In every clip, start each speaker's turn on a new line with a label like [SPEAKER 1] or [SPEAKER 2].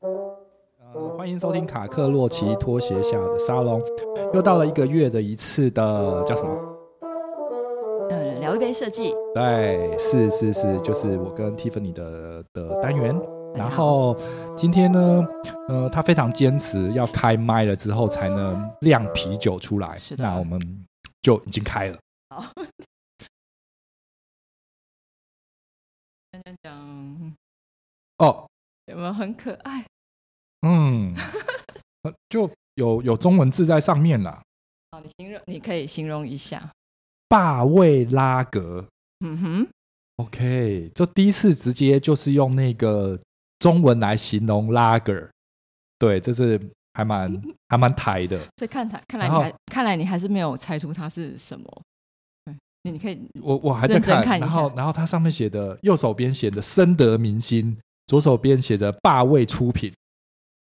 [SPEAKER 1] 呃，欢迎收听卡克洛奇拖鞋下的沙龙，又到了一个月的一次的叫什么？
[SPEAKER 2] 呃，聊一杯设计，
[SPEAKER 1] 对，是是是，就是我跟 Tiffany 的的单元。
[SPEAKER 2] 大家
[SPEAKER 1] 然
[SPEAKER 2] 好
[SPEAKER 1] 后今天呢，呃，他非常坚持要开麦了之后才能酿啤酒出来。
[SPEAKER 2] 是的
[SPEAKER 1] 那我们就已经开了。
[SPEAKER 2] 讲讲讲，
[SPEAKER 1] 哦，
[SPEAKER 2] 有没有很可爱？
[SPEAKER 1] 嗯， 呃就有有中文字在上面啦。
[SPEAKER 2] 好，你形容，你可以形容一下。
[SPEAKER 1] 霸味拉格
[SPEAKER 2] 嗯哼，
[SPEAKER 1] ，OK，这第一次直接就是用那个中文来形容拉格，对，这是还 蛮还蛮台的。
[SPEAKER 2] 所以看他，看来
[SPEAKER 1] 然
[SPEAKER 2] 你
[SPEAKER 1] 后
[SPEAKER 2] 还，看来你还是没有猜出它是什么。对，你你可以，
[SPEAKER 1] 我我还在
[SPEAKER 2] 认真
[SPEAKER 1] 看，
[SPEAKER 2] 看一
[SPEAKER 1] 然
[SPEAKER 2] 下
[SPEAKER 1] 后然后它上面写的右手边写的深得民心，左手边写着霸味出品，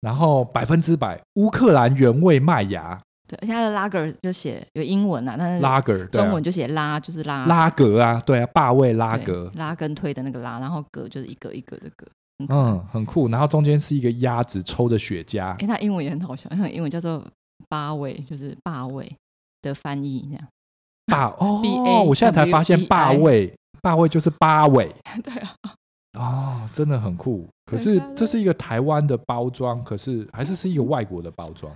[SPEAKER 1] 然后百分之百乌克兰原味麦芽
[SPEAKER 2] 对，而且它的拉格就写有英文啊，但是
[SPEAKER 1] 拉格，对啊
[SPEAKER 2] 中文就写拉，就是拉
[SPEAKER 1] 拉格啊，对啊，霸味拉
[SPEAKER 2] 对
[SPEAKER 1] 格，
[SPEAKER 2] 拉跟推的那个拉，然后格就是一格一格的格。
[SPEAKER 1] 嗯，很酷。然后中间是一个鸭子抽的雪茄，
[SPEAKER 2] 哎，它英文也很好笑，它的英文叫做八位，就是霸位的翻译这样。
[SPEAKER 1] 霸
[SPEAKER 2] B A
[SPEAKER 1] 哦，我现在才发现
[SPEAKER 2] W E I
[SPEAKER 1] 霸味，霸味就是八尾
[SPEAKER 2] 对啊，
[SPEAKER 1] 哦，真的很酷。可
[SPEAKER 2] 很
[SPEAKER 1] 是
[SPEAKER 2] 快乐
[SPEAKER 1] 这是一个台湾的包装，可是还是是一个外国的包装。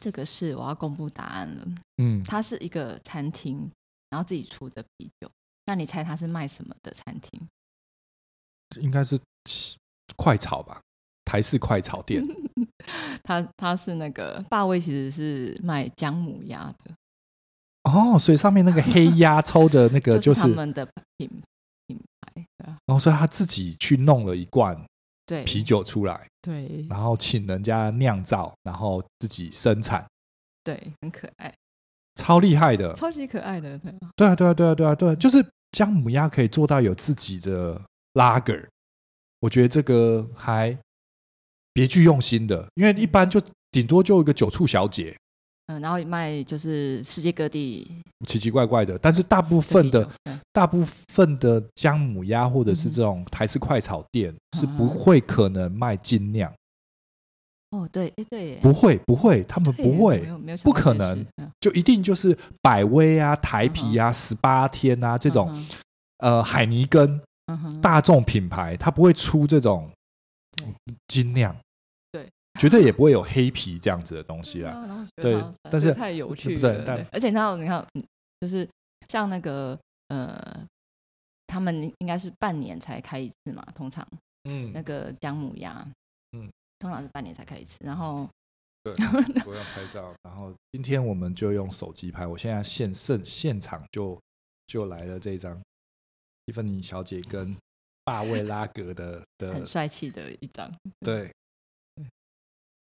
[SPEAKER 2] 这个是我要公布答案了。
[SPEAKER 1] 嗯，
[SPEAKER 2] 它是一个餐厅，然后自己出的啤酒。那你猜它是卖什么的餐厅？
[SPEAKER 1] 应该是快炒吧，台式快炒 店。
[SPEAKER 2] 它它是那个霸味，其实是卖姜母鸭的，
[SPEAKER 1] 哦，所以上面那个黑 鸭抽的那个就是
[SPEAKER 2] 他们的品品牌。对啊
[SPEAKER 1] 哦，所以他自己去弄了一罐
[SPEAKER 2] 对，
[SPEAKER 1] 啤酒出来，
[SPEAKER 2] 对
[SPEAKER 1] 然后请人家酿造，然后自己生产，
[SPEAKER 2] 对，很可爱，
[SPEAKER 1] 超厉害的。
[SPEAKER 2] 超级可爱的。对啊，
[SPEAKER 1] 对啊，对啊，对啊，对啊，对啊，就是姜母鸭可以做到有自己的 lager，我觉得这个还别具用心的，因为一般就顶多就一个酒醋小姐，
[SPEAKER 2] 嗯，然后卖就是世界各地
[SPEAKER 1] 奇奇怪怪的，但是大部分的
[SPEAKER 2] 啤酒对
[SPEAKER 1] 大部分的姜母鸭或者是
[SPEAKER 2] 嗯哼
[SPEAKER 1] 这种台式快炒店、是不
[SPEAKER 2] 嗯
[SPEAKER 1] 会可能卖精酿，
[SPEAKER 2] 哦，对，哎对耶，
[SPEAKER 1] 不会不会，他们
[SPEAKER 2] 对耶
[SPEAKER 1] 不会
[SPEAKER 2] 没，有没有想
[SPEAKER 1] 不
[SPEAKER 2] 到
[SPEAKER 1] 可
[SPEAKER 2] 这件
[SPEAKER 1] 能
[SPEAKER 2] 事嗯
[SPEAKER 1] 就一定就是百威啊、台啤啊、十八天啊这种、
[SPEAKER 2] 嗯哼
[SPEAKER 1] 呃海尼根
[SPEAKER 2] 嗯哼
[SPEAKER 1] 大众品牌，它不会出这种
[SPEAKER 2] 对
[SPEAKER 1] 精酿，
[SPEAKER 2] 对，
[SPEAKER 1] 绝对也不会有黑啤这样子的东西
[SPEAKER 2] 对
[SPEAKER 1] 啦。
[SPEAKER 2] 啊然后我觉
[SPEAKER 1] 对
[SPEAKER 2] 得它
[SPEAKER 1] 但
[SPEAKER 2] 这
[SPEAKER 1] 是
[SPEAKER 2] 太有趣
[SPEAKER 1] 对
[SPEAKER 2] 了，
[SPEAKER 1] 不对
[SPEAKER 2] 对
[SPEAKER 1] 但
[SPEAKER 2] 而且你知道，你看，嗯就是像那个呃，他们应该是半年才开一次嘛，通常
[SPEAKER 1] 嗯
[SPEAKER 2] 那个姜母鸭，
[SPEAKER 1] 嗯，
[SPEAKER 2] 通常是半年才开一次，然后
[SPEAKER 1] 对 我要拍照，然后今天我们就用手机拍，我现在现现现场就就来了这张蒂芬妮小姐跟大卫拉格的的
[SPEAKER 2] 很帅气的一张，
[SPEAKER 1] 对，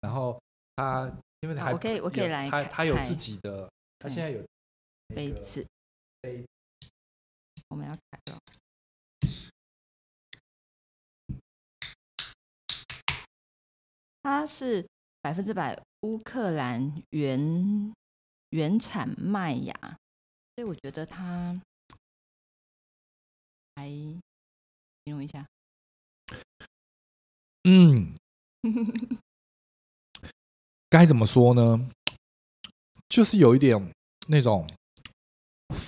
[SPEAKER 1] 然后他因为
[SPEAKER 2] 好
[SPEAKER 1] 还
[SPEAKER 2] 我可以我可以
[SPEAKER 1] 有
[SPEAKER 2] 来
[SPEAKER 1] 他
[SPEAKER 2] 看
[SPEAKER 1] 他有
[SPEAKER 2] 看
[SPEAKER 1] 自己的，他
[SPEAKER 2] 对
[SPEAKER 1] 现在有那
[SPEAKER 2] 杯
[SPEAKER 1] 个
[SPEAKER 2] 子，
[SPEAKER 1] 杯子
[SPEAKER 2] 我们要开了，它是百分之百乌克兰原原产麦芽，所以我觉得它来形容一下，
[SPEAKER 1] 嗯，该怎么说呢？就是有一点那种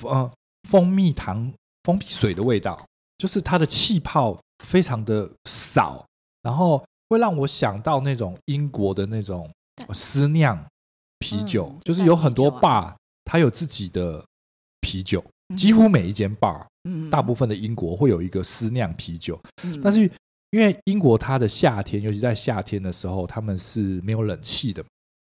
[SPEAKER 1] 呃蜂蜜糖、蜂蜜水的味道，就是它的气泡非常的少，然后会让我想到那种英国的那种
[SPEAKER 2] 但
[SPEAKER 1] 私酿啤酒，
[SPEAKER 2] 嗯
[SPEAKER 1] 就是有很多
[SPEAKER 2] 淡啤酒
[SPEAKER 1] bar 它有自己的啤酒，几乎每一间 bar
[SPEAKER 2] 嗯
[SPEAKER 1] 大部分的英国会有一个私酿啤酒，
[SPEAKER 2] 嗯
[SPEAKER 1] 但是因为英国它的夏天，尤其在夏天的时候，他们是没有冷气的，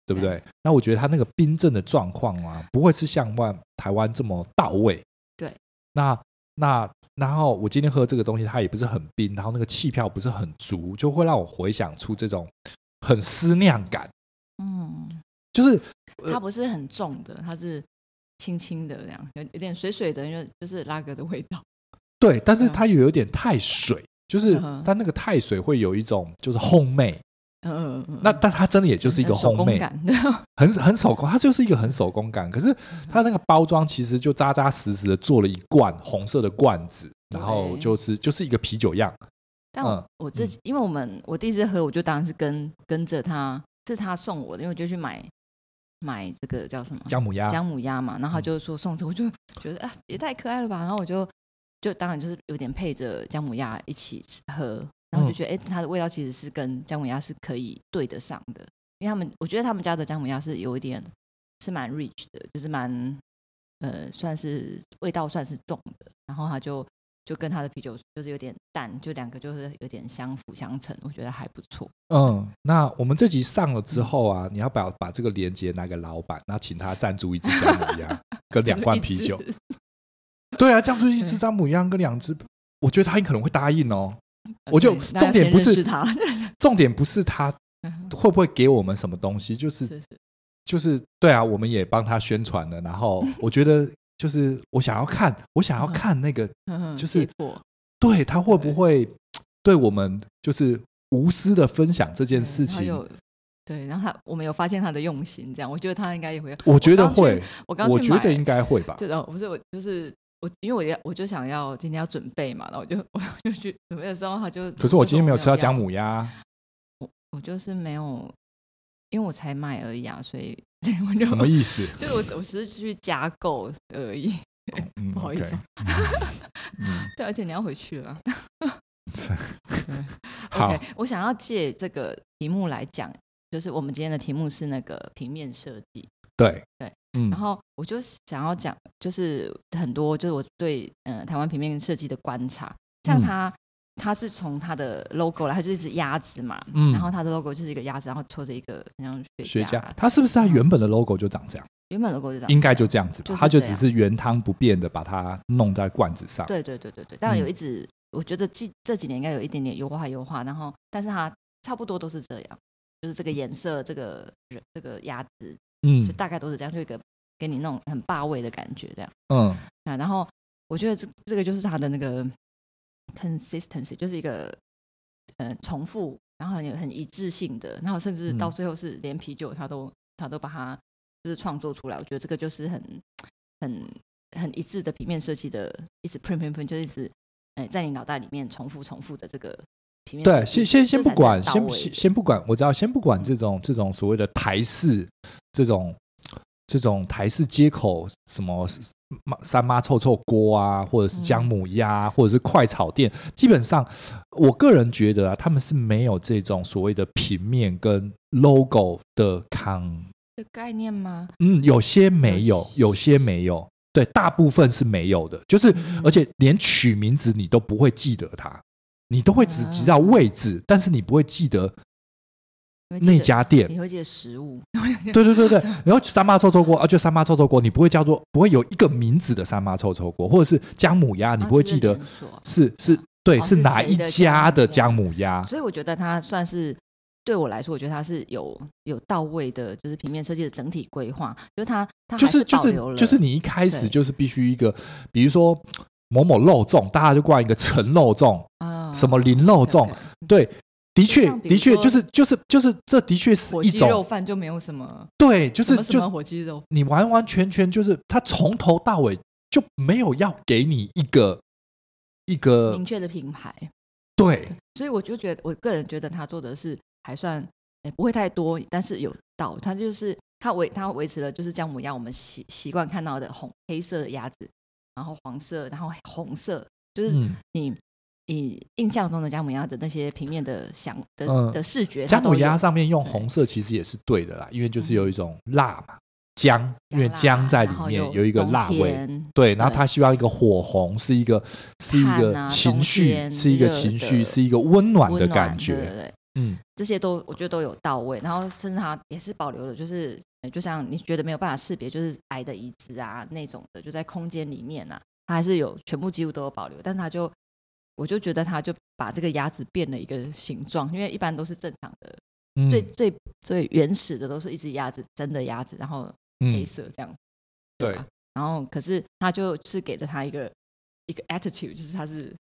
[SPEAKER 1] 对不对？那我觉得它那个冰镇的状况啊，不会是像万台湾这么到位。
[SPEAKER 2] 对，
[SPEAKER 1] 那那然后我今天喝这个东西，它也不是很冰，然后那个气泡不是很足，就会让我回想出这种很思酿感，
[SPEAKER 2] 嗯，
[SPEAKER 1] 就是呃
[SPEAKER 2] 它不是很重的，它是轻轻的这样，有有点水水的，因为就是拉格的味道。
[SPEAKER 1] 对，但是
[SPEAKER 2] 嗯
[SPEAKER 1] 它又有点太水，就是
[SPEAKER 2] 嗯哼
[SPEAKER 1] 它那个太水会有一种就是烘焙，
[SPEAKER 2] 嗯嗯嗯，
[SPEAKER 1] 那但它真的也就是一个
[SPEAKER 2] 手
[SPEAKER 1] 烘
[SPEAKER 2] 工
[SPEAKER 1] 焙，
[SPEAKER 2] 感
[SPEAKER 1] 很很手工，它就是一个很手工感。可
[SPEAKER 2] 嗯
[SPEAKER 1] 是它那个包装其实就扎扎实实的做了一罐红色的罐子，然后
[SPEAKER 2] 对
[SPEAKER 1] 就是就是一个啤酒样，
[SPEAKER 2] 但我,、
[SPEAKER 1] 嗯
[SPEAKER 2] 我自己，因为我们我第一次喝，我就当然是跟跟着他，是他送我的，因为我就去买买这个叫什么
[SPEAKER 1] 姜母鸭，
[SPEAKER 2] 姜母鸭嘛，然后他
[SPEAKER 1] 嗯
[SPEAKER 2] 就说送这，我就觉得啊也太可爱了吧，然后我就就当然就是有点配着姜母鸭一起吃喝，然
[SPEAKER 1] 嗯
[SPEAKER 2] 后就觉得哎、诶它的味道其实是跟姜母鸭是可以对得上的，因为他们我觉得他们家的姜母鸭是有一点是蛮 rich 的，就是蛮呃算是味道算是重的，然后他就。就跟他的啤酒就是有点淡，就两个就是有点相辅相成，我觉得还不错。
[SPEAKER 1] 嗯，那我们这集上了之后啊，你要把把这个链接拿给老板，然后请他赞助一只姜母鸭跟两罐啤酒
[SPEAKER 2] 就。 一直，
[SPEAKER 1] 对啊，赞助一只姜母鸭跟两只，我觉得他可能会答应哦。我就
[SPEAKER 2] OK，那
[SPEAKER 1] 重点
[SPEAKER 2] 先
[SPEAKER 1] 不
[SPEAKER 2] 认
[SPEAKER 1] 是
[SPEAKER 2] 识他，嗯
[SPEAKER 1] 重点不是他会不会给我们什么东西，就是
[SPEAKER 2] 是是
[SPEAKER 1] 就是对啊，我们也帮他宣传了。然 后我觉得就是我想要看，我想要
[SPEAKER 2] 嗯
[SPEAKER 1] 看那个，
[SPEAKER 2] 嗯
[SPEAKER 1] 就是
[SPEAKER 2] 结果
[SPEAKER 1] 对他会不会对我们就是无私的分享这件
[SPEAKER 2] 对
[SPEAKER 1] 事
[SPEAKER 2] 然后
[SPEAKER 1] 情
[SPEAKER 2] 有。对，然后他我们有发现他的用心，这样我觉得他应该也会。
[SPEAKER 1] 我觉得
[SPEAKER 2] 刚去
[SPEAKER 1] 会，
[SPEAKER 2] 我刚
[SPEAKER 1] 我
[SPEAKER 2] 去
[SPEAKER 1] 觉得
[SPEAKER 2] 买
[SPEAKER 1] 应该会吧。
[SPEAKER 2] 对的，不是我就是我，因为我要我就想要今天要准备嘛，然后我就我就去准备的时候，他就
[SPEAKER 1] 可是我今天没有吃到
[SPEAKER 2] 姜
[SPEAKER 1] 姜，母鸭，
[SPEAKER 2] 我就是没有，因为我才买而已啊，所以所以我就
[SPEAKER 1] 什么意思？
[SPEAKER 2] 就是我我只是去加购而已。
[SPEAKER 1] 嗯，
[SPEAKER 2] 不好意思
[SPEAKER 1] OK
[SPEAKER 2] 啊
[SPEAKER 1] 嗯，
[SPEAKER 2] 对，而且你要回去了。
[SPEAKER 1] 好
[SPEAKER 2] OK，我想要借这个题目来讲，就是我们今天的题目是那个平面设计。
[SPEAKER 1] 对
[SPEAKER 2] 对，
[SPEAKER 1] 嗯
[SPEAKER 2] 然，后我就想要讲，就是很多就是我对呃台湾平面设计的观察，
[SPEAKER 1] 嗯
[SPEAKER 2] 像它、它是从它的 logo 来，它就是一只鸭子嘛，
[SPEAKER 1] 嗯
[SPEAKER 2] 然后它的 logo 就是一个鸭子，然后抽着一个很像
[SPEAKER 1] 学
[SPEAKER 2] 雪
[SPEAKER 1] 家
[SPEAKER 2] 茄，
[SPEAKER 1] 他是不是他原本的 logo 就长这样？
[SPEAKER 2] 原本 logo 就这样，啊
[SPEAKER 1] 应该就这样子
[SPEAKER 2] 就
[SPEAKER 1] 吧，
[SPEAKER 2] 是
[SPEAKER 1] 他就
[SPEAKER 2] 这
[SPEAKER 1] 只
[SPEAKER 2] 样
[SPEAKER 1] 是原汤不变的把它弄在罐子上。
[SPEAKER 2] 对对对对对，当然
[SPEAKER 1] 嗯
[SPEAKER 2] 有一直、我觉得这这几年应该有一点点优化优化，然后但是它差不多都是这样，就是这个颜色，这个人这个鸭子，就
[SPEAKER 1] 嗯
[SPEAKER 2] 大概都是这样，就一个给你那种很霸味的感觉这样。
[SPEAKER 1] 嗯
[SPEAKER 2] 啊，然后我觉得这这个就是它的那个 consistency，就是一个呃重复，然后很有很一致性的，然后甚至到
[SPEAKER 1] 嗯
[SPEAKER 2] 最后是连啤酒它都它都把它就是创作出来，我觉得这个就是很很很一致的平面设计的，一直 print print print，就是一直哎、在你脑袋里面重复重复的这个平面设
[SPEAKER 1] 对，先
[SPEAKER 2] 计。
[SPEAKER 1] 先
[SPEAKER 2] 这
[SPEAKER 1] 先不
[SPEAKER 2] 才是
[SPEAKER 1] 管，
[SPEAKER 2] 到
[SPEAKER 1] 先
[SPEAKER 2] 位
[SPEAKER 1] 先
[SPEAKER 2] 的
[SPEAKER 1] 先不管，我知道，先不管这种这种所谓的台式这种这种台式街口什么妈三妈臭臭锅啊，或者是姜
[SPEAKER 2] 嗯
[SPEAKER 1] 母鸭，啊或者是快炒店，基本上我个人觉得啊，他们是没有这种所谓的平面跟 logo 的康。
[SPEAKER 2] 这概念吗？
[SPEAKER 1] 嗯，有些没有，有些没有，对，大部分是没有的，就是
[SPEAKER 2] 嗯
[SPEAKER 1] 而且连取名字你都不会记得它，你都会只知道位置，但是你不会记得
[SPEAKER 2] 你会记
[SPEAKER 1] 那
[SPEAKER 2] 得
[SPEAKER 1] 家店。
[SPEAKER 2] 你会记得食物，
[SPEAKER 1] 对对对对，然后三妈臭臭锅啊，就三妈臭臭锅，你不会叫做不会有一个名字的三妈臭臭锅，或者是姜母鸭，你
[SPEAKER 2] 啊
[SPEAKER 1] 不会
[SPEAKER 2] 这
[SPEAKER 1] 记
[SPEAKER 2] 是
[SPEAKER 1] 得
[SPEAKER 2] 连锁啊
[SPEAKER 1] 是是对
[SPEAKER 2] 哦
[SPEAKER 1] 是
[SPEAKER 2] 是
[SPEAKER 1] 哪
[SPEAKER 2] 谁
[SPEAKER 1] 一
[SPEAKER 2] 的
[SPEAKER 1] 家
[SPEAKER 2] 姜
[SPEAKER 1] 的
[SPEAKER 2] 母
[SPEAKER 1] 姜
[SPEAKER 2] 鸭
[SPEAKER 1] 母鸭。
[SPEAKER 2] 所以我觉得它算是对我来说，我觉得它是有有到位的，就是平面设计的整体规划，就是它它
[SPEAKER 1] 就
[SPEAKER 2] 还是
[SPEAKER 1] 就
[SPEAKER 2] 保
[SPEAKER 1] 是
[SPEAKER 2] 留了，
[SPEAKER 1] 就是你一开始
[SPEAKER 2] 对
[SPEAKER 1] 就是必须一个，比如说某某肉粽，大家就挂一个陈肉粽，
[SPEAKER 2] 啊
[SPEAKER 1] 什么零肉粽，
[SPEAKER 2] OK，OK 嗯
[SPEAKER 1] 对，的
[SPEAKER 2] 就
[SPEAKER 1] 确，
[SPEAKER 2] 像比如
[SPEAKER 1] 的确，
[SPEAKER 2] 说
[SPEAKER 1] 就是就是就是，这的确是
[SPEAKER 2] 火
[SPEAKER 1] 一
[SPEAKER 2] 鸡肉
[SPEAKER 1] 种
[SPEAKER 2] 饭就没有什么，
[SPEAKER 1] 对，就
[SPEAKER 2] 什
[SPEAKER 1] 是
[SPEAKER 2] 么什
[SPEAKER 1] 就
[SPEAKER 2] 么
[SPEAKER 1] 是
[SPEAKER 2] 火鸡肉，
[SPEAKER 1] 你完完全全就是他从头到尾就没有要给你一个一个
[SPEAKER 2] 明确的品牌，
[SPEAKER 1] 对，
[SPEAKER 2] 所以我就觉得我个人觉得他做的是还算诶不会太多，但是有到，他就是他维他维持了就是姜母鸭我们习习惯看到的红黑色的鸭子，然后黄色，然后红色，就是
[SPEAKER 1] 嗯，
[SPEAKER 2] 你你印象中的姜母鸭的那些平面的想的、
[SPEAKER 1] 嗯
[SPEAKER 2] 的视觉，
[SPEAKER 1] 姜母
[SPEAKER 2] 它都
[SPEAKER 1] 鸭
[SPEAKER 2] 有
[SPEAKER 1] 上面用
[SPEAKER 2] 对嗯
[SPEAKER 1] 红色其实也是对的啦，因为就是有一种辣嘛，姜，因为
[SPEAKER 2] 辣
[SPEAKER 1] 姜在里
[SPEAKER 2] 然后
[SPEAKER 1] 面
[SPEAKER 2] 有
[SPEAKER 1] 有一个辣
[SPEAKER 2] 冬
[SPEAKER 1] 味，
[SPEAKER 2] 天
[SPEAKER 1] 对，然后
[SPEAKER 2] 对
[SPEAKER 1] 他希望一个火红是一个是一
[SPEAKER 2] 炭
[SPEAKER 1] 个
[SPEAKER 2] 啊
[SPEAKER 1] 情
[SPEAKER 2] 冬
[SPEAKER 1] 绪，
[SPEAKER 2] 天
[SPEAKER 1] 是一个
[SPEAKER 2] 热
[SPEAKER 1] 情
[SPEAKER 2] 的
[SPEAKER 1] 绪，是一个温暖
[SPEAKER 2] 温
[SPEAKER 1] 的
[SPEAKER 2] 暖
[SPEAKER 1] 感
[SPEAKER 2] 对对
[SPEAKER 1] 觉，
[SPEAKER 2] 对
[SPEAKER 1] 嗯，
[SPEAKER 2] 这些都我觉得都有到位，然后甚至它也是保留的，就是呃就像你觉得没有办法识别，就是矮的椅子啊那种的，就在空间里面啊，它还是有全部几乎都有保留，但是它就我就觉得它就把这个鸭子变了一个形状，因为一般都是正常的，
[SPEAKER 1] 嗯
[SPEAKER 2] 最最最原始的都是一只鸭子，真的鸭子，然后黑
[SPEAKER 1] 嗯，
[SPEAKER 2] 色这样。
[SPEAKER 1] 对
[SPEAKER 2] 吧，然后可是他就是给了他一个一个 attitude，就是他是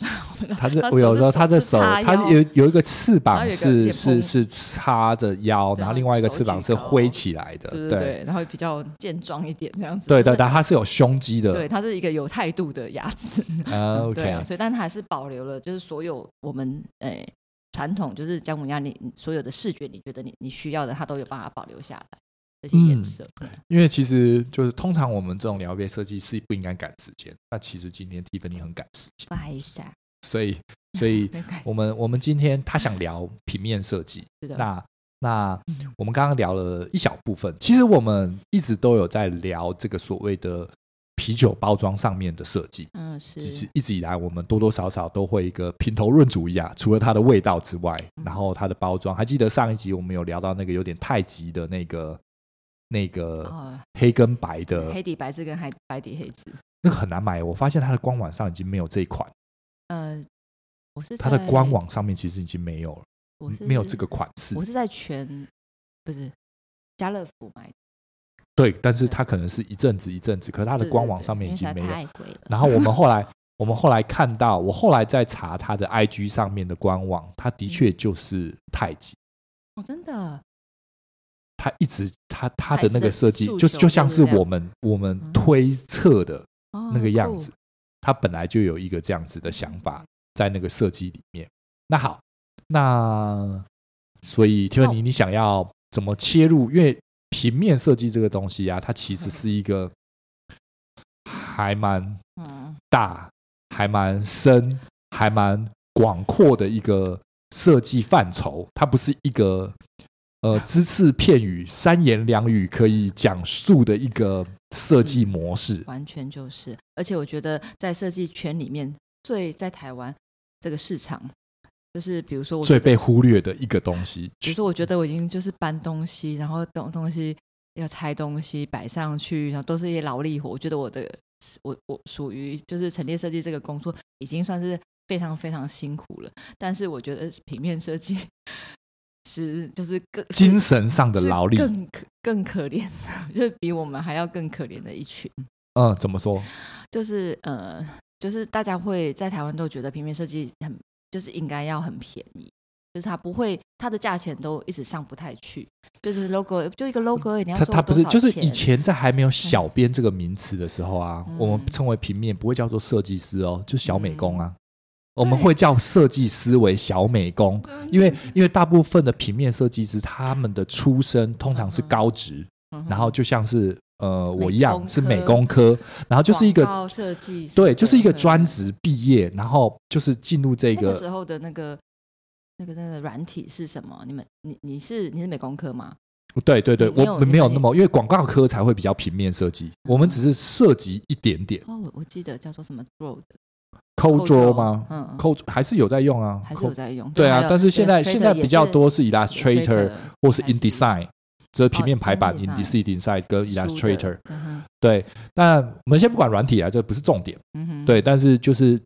[SPEAKER 1] 他的
[SPEAKER 2] 他
[SPEAKER 1] 我有时候
[SPEAKER 2] 手是
[SPEAKER 1] 他的
[SPEAKER 2] 手
[SPEAKER 1] 手，
[SPEAKER 2] 是叉
[SPEAKER 1] 他
[SPEAKER 2] 腰
[SPEAKER 1] 有有一个翅
[SPEAKER 2] 然后
[SPEAKER 1] 膀
[SPEAKER 2] 有一个
[SPEAKER 1] 是
[SPEAKER 2] 点
[SPEAKER 1] 是
[SPEAKER 2] 蓬
[SPEAKER 1] 是叉着腰，
[SPEAKER 2] 对
[SPEAKER 1] 然后
[SPEAKER 2] 然后
[SPEAKER 1] 另外一个
[SPEAKER 2] 手
[SPEAKER 1] 翅膀
[SPEAKER 2] 举
[SPEAKER 1] 是
[SPEAKER 2] 高
[SPEAKER 1] 挥起来的，
[SPEAKER 2] 对对
[SPEAKER 1] 呃对
[SPEAKER 2] 对，然后比较健壮一点这样子。
[SPEAKER 1] 对
[SPEAKER 2] 就
[SPEAKER 1] 对，
[SPEAKER 2] 是
[SPEAKER 1] 但它是有胸肌的
[SPEAKER 2] 对，它是一个有态度的鸭子。
[SPEAKER 1] 啊
[SPEAKER 2] 对
[SPEAKER 1] ，OK，
[SPEAKER 2] 啊，所以但它还是保留了，就是所有我们诶传统，就是姜母鸭你你所有的视觉，你觉得你你需要的，它都有办法保留下来这些颜
[SPEAKER 1] 嗯
[SPEAKER 2] 色。对
[SPEAKER 1] 因为其实就是通常我们这种聊杯设计是不应该赶时间，那其实今天 Tiffany 很赶时间，
[SPEAKER 2] 不好意思啊，
[SPEAKER 1] 所以所 以
[SPEAKER 2] 那个
[SPEAKER 1] 我们我们今天他想聊平面设计，
[SPEAKER 2] 是的，
[SPEAKER 1] 那那
[SPEAKER 2] 嗯
[SPEAKER 1] 我们刚刚聊了一小部分，其实我们一直都有在聊这个所谓的啤酒包装上面的设计。
[SPEAKER 2] 嗯
[SPEAKER 1] 其
[SPEAKER 2] 是
[SPEAKER 1] 实一直以来，我们多多少少都会一个评头论足一下，除了它的味道之外，
[SPEAKER 2] 嗯
[SPEAKER 1] 然后它的包装。还记得上一集我们有聊到那个有点太极的那个那个
[SPEAKER 2] 哦，
[SPEAKER 1] 黑跟白的，
[SPEAKER 2] 黑底白字跟黑白底黑字，
[SPEAKER 1] 那个很难买。我发现它的官网上已经没有这一款，
[SPEAKER 2] 呃，我是
[SPEAKER 1] 它的
[SPEAKER 2] 在
[SPEAKER 1] 官，网上面其实已经没有了，嗯
[SPEAKER 2] 我是
[SPEAKER 1] 没有这个，款式
[SPEAKER 2] 我。是在全不是家乐福买的，
[SPEAKER 1] 对，但是它可能是一阵子一阵子，可是它的
[SPEAKER 2] 对
[SPEAKER 1] 官
[SPEAKER 2] 对
[SPEAKER 1] 网
[SPEAKER 2] 对
[SPEAKER 1] 上面
[SPEAKER 2] 因
[SPEAKER 1] 已
[SPEAKER 2] 为实
[SPEAKER 1] 经
[SPEAKER 2] 在
[SPEAKER 1] 没有。
[SPEAKER 2] 太贵了。
[SPEAKER 1] 然后我们后来，我们后来看到，我后来在查它的 IG 上面的官网，它的
[SPEAKER 2] 嗯
[SPEAKER 1] 确就是太极。
[SPEAKER 2] 哦，真的，
[SPEAKER 1] 他一直他他
[SPEAKER 2] 一
[SPEAKER 1] 的
[SPEAKER 2] 直
[SPEAKER 1] 那个
[SPEAKER 2] 在
[SPEAKER 1] 设计
[SPEAKER 2] 诉，
[SPEAKER 1] 就
[SPEAKER 2] 求
[SPEAKER 1] 就像
[SPEAKER 2] 就是
[SPEAKER 1] 是
[SPEAKER 2] 这样
[SPEAKER 1] 我们我们
[SPEAKER 2] 嗯
[SPEAKER 1] 推测的
[SPEAKER 2] 哦
[SPEAKER 1] 那个样
[SPEAKER 2] 酷
[SPEAKER 1] 子，他本来就有一个这样子的想法在那个设计里面。那好，那所以提问你，你想要怎么切入？因为平面设计这个东西啊，它其实是一个还蛮
[SPEAKER 2] 嗯，
[SPEAKER 1] 大、还蛮深、还蛮广阔的一个设计范畴，它不是一个呃只字片语、三言两语可以讲述的一个设
[SPEAKER 2] 嗯
[SPEAKER 1] 计模式。
[SPEAKER 2] 完全就是。而且我觉得在设计圈里面，最在台湾这个市场，就是比如说我
[SPEAKER 1] 最
[SPEAKER 2] 觉得
[SPEAKER 1] 被忽略的一个东西，
[SPEAKER 2] 比如说我觉得我已经就是搬东西，然后东东西要拆东西摆上去，然后都是一些劳力活。我觉得我的我我属于就是陈列设计这个工作已经算是非常非常辛苦了，但是我觉得平面设计 是就是更
[SPEAKER 1] 精神上的
[SPEAKER 2] 是
[SPEAKER 1] 劳力。
[SPEAKER 2] 更可更可怜的， 就是比我们还要更可怜的一群。
[SPEAKER 1] 嗯，怎么说？
[SPEAKER 2] 就是呃，就是大家会在台湾都觉得平面设计很，就是应该要很便宜，就是它不会，它的价钱都一直上不太去，就是 logo 就一个 logo，而已你要
[SPEAKER 1] 嗯它
[SPEAKER 2] 收
[SPEAKER 1] 它
[SPEAKER 2] 我
[SPEAKER 1] 不
[SPEAKER 2] 多
[SPEAKER 1] 是，
[SPEAKER 2] 少
[SPEAKER 1] 就是以
[SPEAKER 2] 钱
[SPEAKER 1] 前在还没有“小编”这个名词的时候啊，
[SPEAKER 2] 嗯嗯
[SPEAKER 1] 我们称为平面，不会叫做设计师哦，就小美工啊，我们
[SPEAKER 2] 对
[SPEAKER 1] 会叫设计师为小美工，因为因为大部分的平面设计师，他们的出身通常是高职，
[SPEAKER 2] 嗯哼
[SPEAKER 1] 然后就像是呃
[SPEAKER 2] 美
[SPEAKER 1] 我一样
[SPEAKER 2] 工
[SPEAKER 1] 是
[SPEAKER 2] 科
[SPEAKER 1] 美工科，然后就是一
[SPEAKER 2] 广
[SPEAKER 1] 个
[SPEAKER 2] 告设计什么的，
[SPEAKER 1] 对，就是一个专
[SPEAKER 2] 嗯
[SPEAKER 1] 职毕业，然后就是进入这
[SPEAKER 2] 那个时
[SPEAKER 1] 个
[SPEAKER 2] 候的那个。那个那个软体是什么？你们你你是你是美工科吗？
[SPEAKER 1] 对对对，
[SPEAKER 2] 你
[SPEAKER 1] 我
[SPEAKER 2] 有嗯
[SPEAKER 1] 们
[SPEAKER 2] 你
[SPEAKER 1] 没有
[SPEAKER 2] 可以
[SPEAKER 1] 那么，因为广告科才会比较平面设计，我们只是涉及一点点
[SPEAKER 2] 哦，我我记得叫做什么 Road
[SPEAKER 1] 抠桌吗？
[SPEAKER 2] 嗯，嗯
[SPEAKER 1] 抠还是有在用啊，
[SPEAKER 2] 还是有
[SPEAKER 1] 抠
[SPEAKER 2] 在用。
[SPEAKER 1] 对
[SPEAKER 2] 还
[SPEAKER 1] 啊
[SPEAKER 2] 有，
[SPEAKER 1] 但是现在
[SPEAKER 2] Illustrator
[SPEAKER 1] 现在比
[SPEAKER 2] 也
[SPEAKER 1] 较
[SPEAKER 2] 是
[SPEAKER 1] 多是 Illustrator
[SPEAKER 2] Illustrator
[SPEAKER 1] 或是
[SPEAKER 2] 还是
[SPEAKER 1] InDesign，这是平面排版
[SPEAKER 2] InDesign
[SPEAKER 1] InDesign 跟
[SPEAKER 2] 输的
[SPEAKER 1] Illustrator。
[SPEAKER 2] 嗯哼
[SPEAKER 1] 对，但我们先不管软体啊，这不是重点。
[SPEAKER 2] 嗯哼，。
[SPEAKER 1] 对，但是就是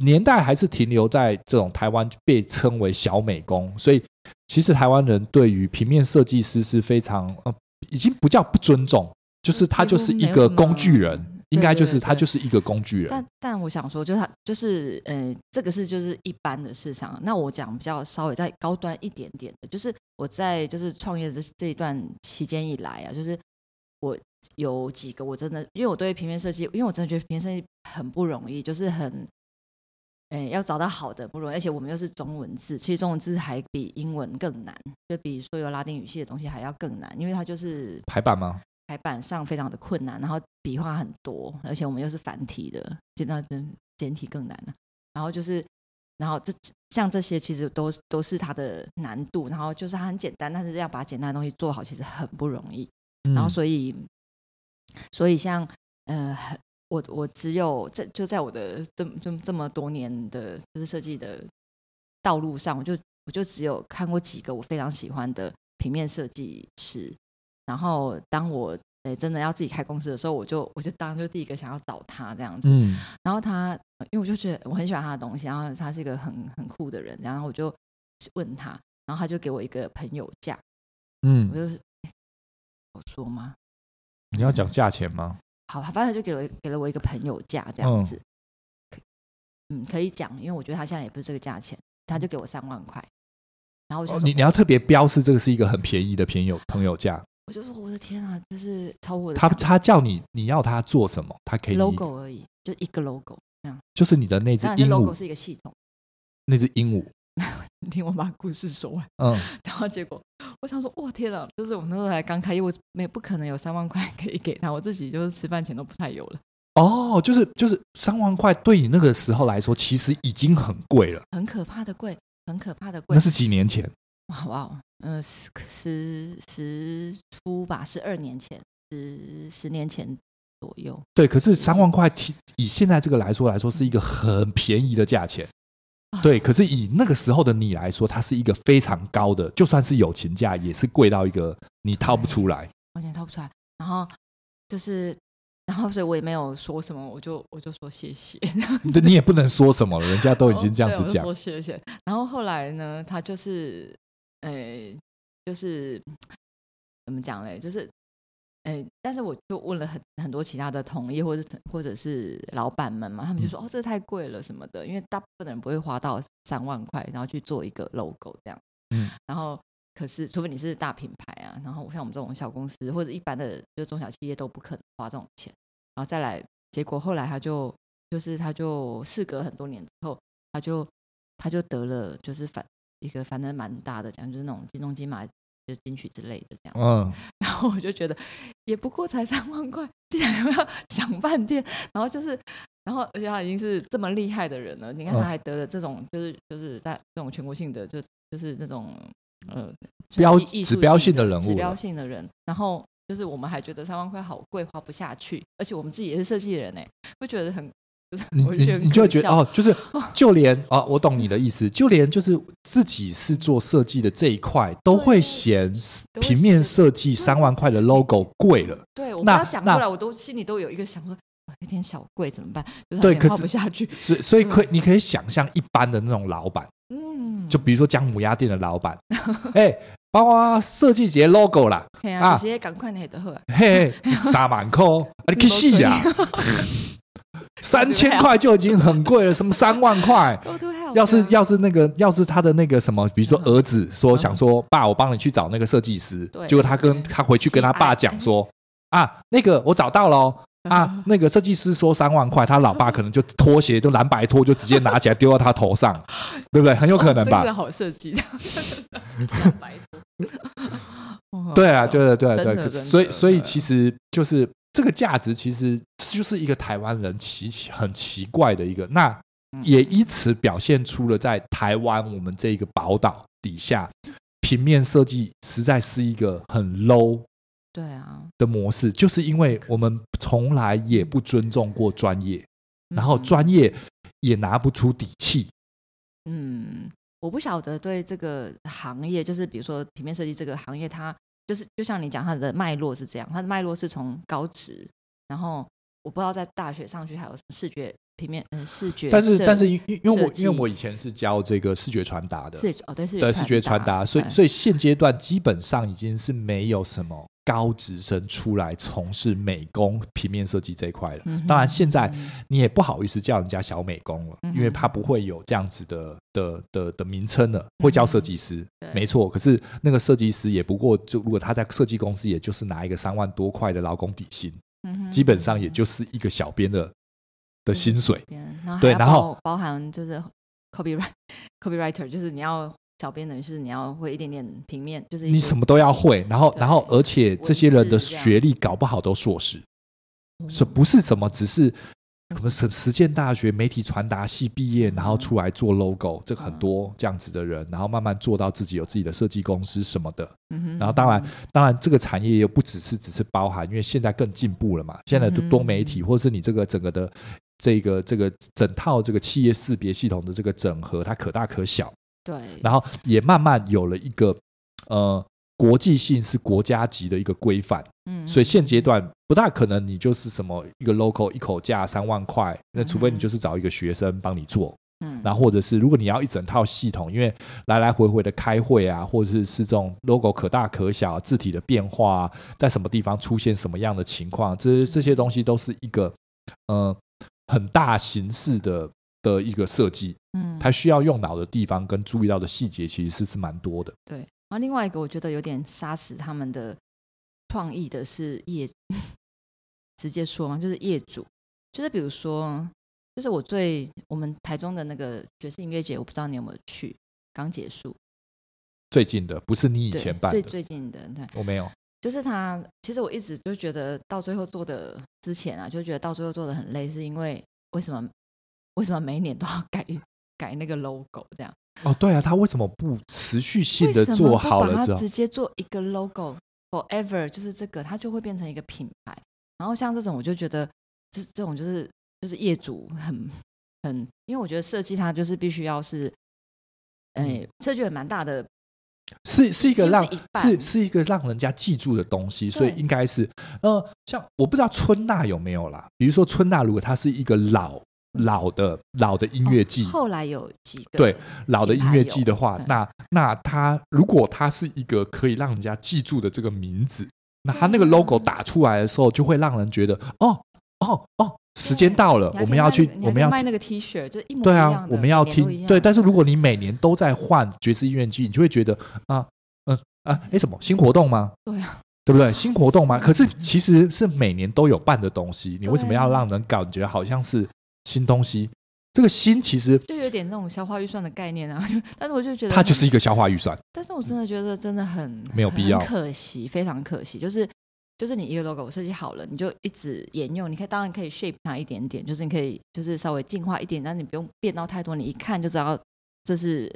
[SPEAKER 1] 年代还是停留在这种台湾被称为小美工，所以其实台湾人对于平面设计师是非常呃，已经不叫不尊重，就是他就是一个工具人，，应该就是他就是是一个工具人
[SPEAKER 2] 但。但我想说，就是它就是呃，这个是就是一般的市场。那我讲比较稍微再高端一点点的，就是我在就是创业这这一段期间以来啊，就是我有几个我真的，因为我对平面设计，因为我真的觉得平面设计很不容易，就是很。诶，要找到好的不容易，而且我们又是中文字，其实中文字还比英文更难，就比所有拉丁语系的东西还要更难，因为它就是
[SPEAKER 1] 排版吗？
[SPEAKER 2] 排版上非常的困难，然后笔画很多，而且我们又是繁体的，基本上就是简体更难了、然后就是，然后这像这些其实都都是它的难度，然后就是它很简单，但是要把简单的东西做好其实很不容易。
[SPEAKER 1] 嗯
[SPEAKER 2] 然后所以，所以像呃，我我只有在就在我的这么这么这么多年的就是设计的道路上，我就我就只有看过几个我非常喜欢的平面设计师。然后当我呃真的要自己开公司的时候，我就我就当就第一个想要找他这样子。
[SPEAKER 1] 嗯，
[SPEAKER 2] 然后他，呃因为我就觉得我很喜欢他的东西，然后他是一个很很酷的人，然后我就问他，然后他就给我一个朋友价，
[SPEAKER 1] 嗯
[SPEAKER 2] 我
[SPEAKER 1] 嗯，
[SPEAKER 2] 就我说吗？
[SPEAKER 1] 你要讲价钱吗？嗯
[SPEAKER 2] 好，反正他就给了给了我一个朋友价这样子。可嗯，可以讲，因为我觉得他现在也不是这个价钱，他就给我三万块，然后我就
[SPEAKER 1] 哦
[SPEAKER 2] 说、
[SPEAKER 1] 你你要特别标示这个是一个很便宜的朋友朋友价，
[SPEAKER 2] 我就说我的天啊，就是超乎我的
[SPEAKER 1] 他
[SPEAKER 2] 想象
[SPEAKER 1] 他叫你你要他做什么，他可以
[SPEAKER 2] logo 而已，就一个 logo，
[SPEAKER 1] 就是你的那只
[SPEAKER 2] 当然这
[SPEAKER 1] 鹦
[SPEAKER 2] logo
[SPEAKER 1] 鹉，
[SPEAKER 2] 是一个系统。
[SPEAKER 1] 那只鹦鹉，
[SPEAKER 2] 你听我把故事说完，
[SPEAKER 1] 嗯，
[SPEAKER 2] 然后结果我想说，哇天啊，就是我那时候才刚开业，我没不可能有三万块可以给他，我自己就是吃饭钱都不太有了，
[SPEAKER 1] 哦，就是就是三万块对你那个时候来说，其实已经很贵了，
[SPEAKER 2] 很可怕的贵，很可怕的贵
[SPEAKER 1] 那，是几年前，
[SPEAKER 2] 哇哇，呃十十十出吧，十二年前，十十年前左右，
[SPEAKER 1] 对，可是三万块提以现在这个来说来说是一个很便宜的价钱
[SPEAKER 2] 啊。
[SPEAKER 1] 对，可是以那个时候的你来说，它是一个非常高的，就算是友情价，也是贵到一个你掏不出来。
[SPEAKER 2] 完全掏不出来。然后就是，然后所以我也没有说什么，我就我就说谢谢，
[SPEAKER 1] 对你也不能说什么了，人家都已经这样子
[SPEAKER 2] 哦对我就
[SPEAKER 1] 讲。
[SPEAKER 2] 说谢谢。然后后来呢，他就是，呃，就是怎么讲嘞？就是，呃，但是我就问了很很多其他的同业或者或者是老板们嘛，他
[SPEAKER 1] 嗯
[SPEAKER 2] 们就说、哦，这太贵了什么的，因为大部分人不会花到三万块，然后去做一个 logo 这样。
[SPEAKER 1] 嗯，
[SPEAKER 2] 然后可是，除非你是大品牌啊，然后像我们这种小公司或者一般的就是中小企业都不可能花这种钱，然后再来，结果后来他就就是他就事隔很多年之后，他就他就得了就是反一个反正蛮大的奖，就是那种金钟金马就金曲之类的这样，
[SPEAKER 1] 嗯，
[SPEAKER 2] 然后我就觉得，也不过才三万块，竟然要想半天。然后就是，然后而且他已经是这么厉害的人了，你看
[SPEAKER 1] 嗯
[SPEAKER 2] 他还得了这种，就是就是在这种全国性的，就就是那种呃
[SPEAKER 1] 标
[SPEAKER 2] 艺艺术
[SPEAKER 1] 指标性的人物
[SPEAKER 2] 指标
[SPEAKER 1] 了
[SPEAKER 2] 性的人。然后就是我们还觉得三万块好贵，花不下去，而且我们自己也是设计人哎，不觉得很就是
[SPEAKER 1] 你
[SPEAKER 2] 我就
[SPEAKER 1] 你
[SPEAKER 2] 很
[SPEAKER 1] 你就会
[SPEAKER 2] 可
[SPEAKER 1] 觉得
[SPEAKER 2] 笑
[SPEAKER 1] 哦， 就是就连啊，我懂你的意思，就连就是自己是做设计的这一块，都
[SPEAKER 2] 对
[SPEAKER 1] 会嫌
[SPEAKER 2] 都会
[SPEAKER 1] 平面
[SPEAKER 2] 嫌
[SPEAKER 1] 设计三万块的 logo 贵了。
[SPEAKER 2] 对我不
[SPEAKER 1] 那
[SPEAKER 2] 要讲出
[SPEAKER 1] 那
[SPEAKER 2] 来，我都心里都有一个想说。啊有点小贵怎么办？就是
[SPEAKER 1] 对
[SPEAKER 2] 有点
[SPEAKER 1] 可
[SPEAKER 2] 花
[SPEAKER 1] 是
[SPEAKER 2] 不下去。
[SPEAKER 1] 所以所以可以你可以想象一般的那种老板，
[SPEAKER 2] 嗯，
[SPEAKER 1] 就比如说姜母鸭店的老 板，哎，帮我设计节 logo 啦，
[SPEAKER 2] 对
[SPEAKER 1] 啊
[SPEAKER 2] 啊，直接赶快那的喝。
[SPEAKER 1] 嘿，三万块，啊你去死 呀！三千块就已经很贵了，什么三万块？
[SPEAKER 2] Go to hell！
[SPEAKER 1] 要是
[SPEAKER 2] 对啊
[SPEAKER 1] 要是那个要是他的那个什么，比如说
[SPEAKER 2] 嗯
[SPEAKER 1] 儿子说
[SPEAKER 2] 嗯
[SPEAKER 1] 想说爸，我帮你去找那个设计师
[SPEAKER 2] 对，
[SPEAKER 1] 结果他跟
[SPEAKER 2] 对
[SPEAKER 1] 他回去跟他
[SPEAKER 2] 喜爱嗯
[SPEAKER 1] 爸讲说啊，那个我找到了哦啊，那个设计师说三万块，他老爸可能就拖鞋就蓝白拖就直接拿起来丢到他头上，对不对？很有可能
[SPEAKER 2] 哦这
[SPEAKER 1] 吧
[SPEAKER 2] 是？好设计， 蓝白托。
[SPEAKER 1] 对啊，对对对
[SPEAKER 2] 哦真的
[SPEAKER 1] 对，可
[SPEAKER 2] 真的
[SPEAKER 1] 所以所以
[SPEAKER 2] 对啊
[SPEAKER 1] 其实就是这个价值，其实就是一个台湾人奇很奇怪的一个那。
[SPEAKER 2] 嗯
[SPEAKER 1] 也因此表现出了在台湾我们这一个宝岛底下，平面设计实在是一个很 low
[SPEAKER 2] 对啊。
[SPEAKER 1] 的模式，就是因为我们从来也不尊重过专业，然后专业也拿不出底气。
[SPEAKER 2] 嗯，嗯我不晓得对这个行业，就是比如说平面设计这个行业，它就是就像你讲，它的脉络是这样，它的脉络是从高职，然后我不知道在大学上去还有什么视觉平面，嗯，视觉设，
[SPEAKER 1] 但是但是因因因为我
[SPEAKER 2] 设计
[SPEAKER 1] 因为我以前是教这个视觉传达的，
[SPEAKER 2] 视觉哦对视觉
[SPEAKER 1] 对视觉传达，所以
[SPEAKER 2] 对
[SPEAKER 1] 所以现阶段基本上已经是没有什么高职生出来从事美工平面设计这一块了。
[SPEAKER 2] 嗯哼
[SPEAKER 1] 当然现在
[SPEAKER 2] 嗯
[SPEAKER 1] 你也不好意思叫人家小美工了，
[SPEAKER 2] 嗯哼嗯
[SPEAKER 1] 因为他不会有这样子的的的的名称了，会叫设计师，
[SPEAKER 2] 对
[SPEAKER 1] 没错。可是那个设计师也不过就如果他在设计公司，也就是拿一个三万多块的劳工底薪，
[SPEAKER 2] 嗯哼
[SPEAKER 1] 基本上也就是一个小编的的薪水。
[SPEAKER 2] 边，然后还
[SPEAKER 1] 对
[SPEAKER 2] 要
[SPEAKER 1] 然后
[SPEAKER 2] 包包含就是 copyright copywriter，就是你要小编等于是你要会一点点平面，就是一
[SPEAKER 1] 你
[SPEAKER 2] 些
[SPEAKER 1] 什么都要会，然后
[SPEAKER 2] 对
[SPEAKER 1] 然后而且这些人的
[SPEAKER 2] 文字这样嗯
[SPEAKER 1] 学历搞不好都硕士，是不是怎么只是可能实实践大学媒体传达系毕业，
[SPEAKER 2] 嗯
[SPEAKER 1] 然后出来做 logo，这个很
[SPEAKER 2] 嗯
[SPEAKER 1] 多这样子的人，然后慢慢做到自己有自己的设计公司什么的。
[SPEAKER 2] 嗯哼
[SPEAKER 1] 然后当然，当然，这个产业又不只是只是包含，因为现在更进步了嘛，现在
[SPEAKER 2] 嗯
[SPEAKER 1] 就多媒体，或者是你这个整个的这个这个整套这个企业识别系统的这个整合，它可大可小，
[SPEAKER 2] 对，
[SPEAKER 1] 然后也慢慢有了一个呃国际性是国家级的一个规范，
[SPEAKER 2] 嗯
[SPEAKER 1] 所以现阶段不大可能你就是什么一个 local 一口价三万块，那除非你就是找一个学生帮你做，
[SPEAKER 2] 嗯
[SPEAKER 1] 然后或者是如果你要一整套系统，因为来来回回的开会啊，或者是是这种 logo 可大可小、字体的变化、啊，在什么地方出现什么样的
[SPEAKER 2] 嗯
[SPEAKER 1] 情况，这这些东西都是一个呃很大形式的的一个设计，
[SPEAKER 2] 嗯，
[SPEAKER 1] 它需要用脑的地方跟注意到的细节其实是是蛮多的。
[SPEAKER 2] 对。然后另外一个我觉得有点杀死他们的创意的是业， 直接说嘛，就是业主，就是比如说，就是我最我们台中的那个爵士音乐节，我不知道你有没有去，刚结束，
[SPEAKER 1] 最近的不是你以
[SPEAKER 2] 对
[SPEAKER 1] 前办
[SPEAKER 2] 最
[SPEAKER 1] 的，
[SPEAKER 2] 最近的，对，
[SPEAKER 1] 我没有。
[SPEAKER 2] 就是他，其实我一直就觉得到最后做的之前啊，就觉得到最后做的很累，是因为为什么？为什么每一年都要改改那个 logo 这样？
[SPEAKER 1] 哦，对啊，他为什么不持续性
[SPEAKER 2] 为
[SPEAKER 1] 的
[SPEAKER 2] 什么
[SPEAKER 1] 做
[SPEAKER 2] 不
[SPEAKER 1] 好
[SPEAKER 2] 把
[SPEAKER 1] 了
[SPEAKER 2] 它
[SPEAKER 1] 之后
[SPEAKER 2] 直，接做一个 logo forever，就是这个，它就会变成一个品牌。然后像这种，我就觉得这这种就是就是业主很很，因为我觉得设计它就是必须要是，
[SPEAKER 1] 嗯
[SPEAKER 2] 哎、设计有蛮大的
[SPEAKER 1] 是是一个
[SPEAKER 2] 几乎
[SPEAKER 1] 让
[SPEAKER 2] 是一半
[SPEAKER 1] 是是一个让人家记住的东西，所以
[SPEAKER 2] 对
[SPEAKER 1] 应该是呃，像我不知道春娜有没有啦，比如说春娜，如果她是一个老老的老的音乐季，
[SPEAKER 2] 哦后来有几个
[SPEAKER 1] 对老的
[SPEAKER 2] 品
[SPEAKER 1] 音
[SPEAKER 2] 牌
[SPEAKER 1] 乐
[SPEAKER 2] 有
[SPEAKER 1] 季的话
[SPEAKER 2] 嗯，
[SPEAKER 1] 那那它如果它是一个可以让人家记住的这个名字，那它那个
[SPEAKER 2] 对啊
[SPEAKER 1] logo 打出来的时候，就会让人觉得哦哦哦，时间
[SPEAKER 2] 对
[SPEAKER 1] 到了
[SPEAKER 2] 你，还
[SPEAKER 1] 我
[SPEAKER 2] 可
[SPEAKER 1] 们
[SPEAKER 2] 以
[SPEAKER 1] 要
[SPEAKER 2] 卖
[SPEAKER 1] 去
[SPEAKER 2] 那个，你
[SPEAKER 1] 我
[SPEAKER 2] 还
[SPEAKER 1] 们
[SPEAKER 2] 可以
[SPEAKER 1] 要
[SPEAKER 2] 卖那个 T 恤，就是一模
[SPEAKER 1] 对
[SPEAKER 2] 一
[SPEAKER 1] 啊
[SPEAKER 2] 样，的
[SPEAKER 1] 我们要
[SPEAKER 2] 每年都一
[SPEAKER 1] 听
[SPEAKER 2] 样
[SPEAKER 1] 对，但是如果你每年都在换爵士音乐季，你就会觉得啊，嗯啊，哎，什么新活动吗？
[SPEAKER 2] 对啊，
[SPEAKER 1] 对不对？新活动吗？
[SPEAKER 2] 是
[SPEAKER 1] 可是其实是每年都有办的东西，你为什么
[SPEAKER 2] 对啊
[SPEAKER 1] 要让人感觉好像是新东西？这个新其实
[SPEAKER 2] 就有点那种消化预算的概念啊。就但是我就觉得
[SPEAKER 1] 它就是
[SPEAKER 2] 很，
[SPEAKER 1] 一个消化预算，
[SPEAKER 2] 但是我真的觉得真的很
[SPEAKER 1] 没有必要
[SPEAKER 2] 很可惜，非常可惜。就是就是你一个 logo 设计好了，你就一直沿用，你可以当然可以 shape 它一点点，就是你可以就是稍微进化一点，但你不用变到太多，你一看就知道这是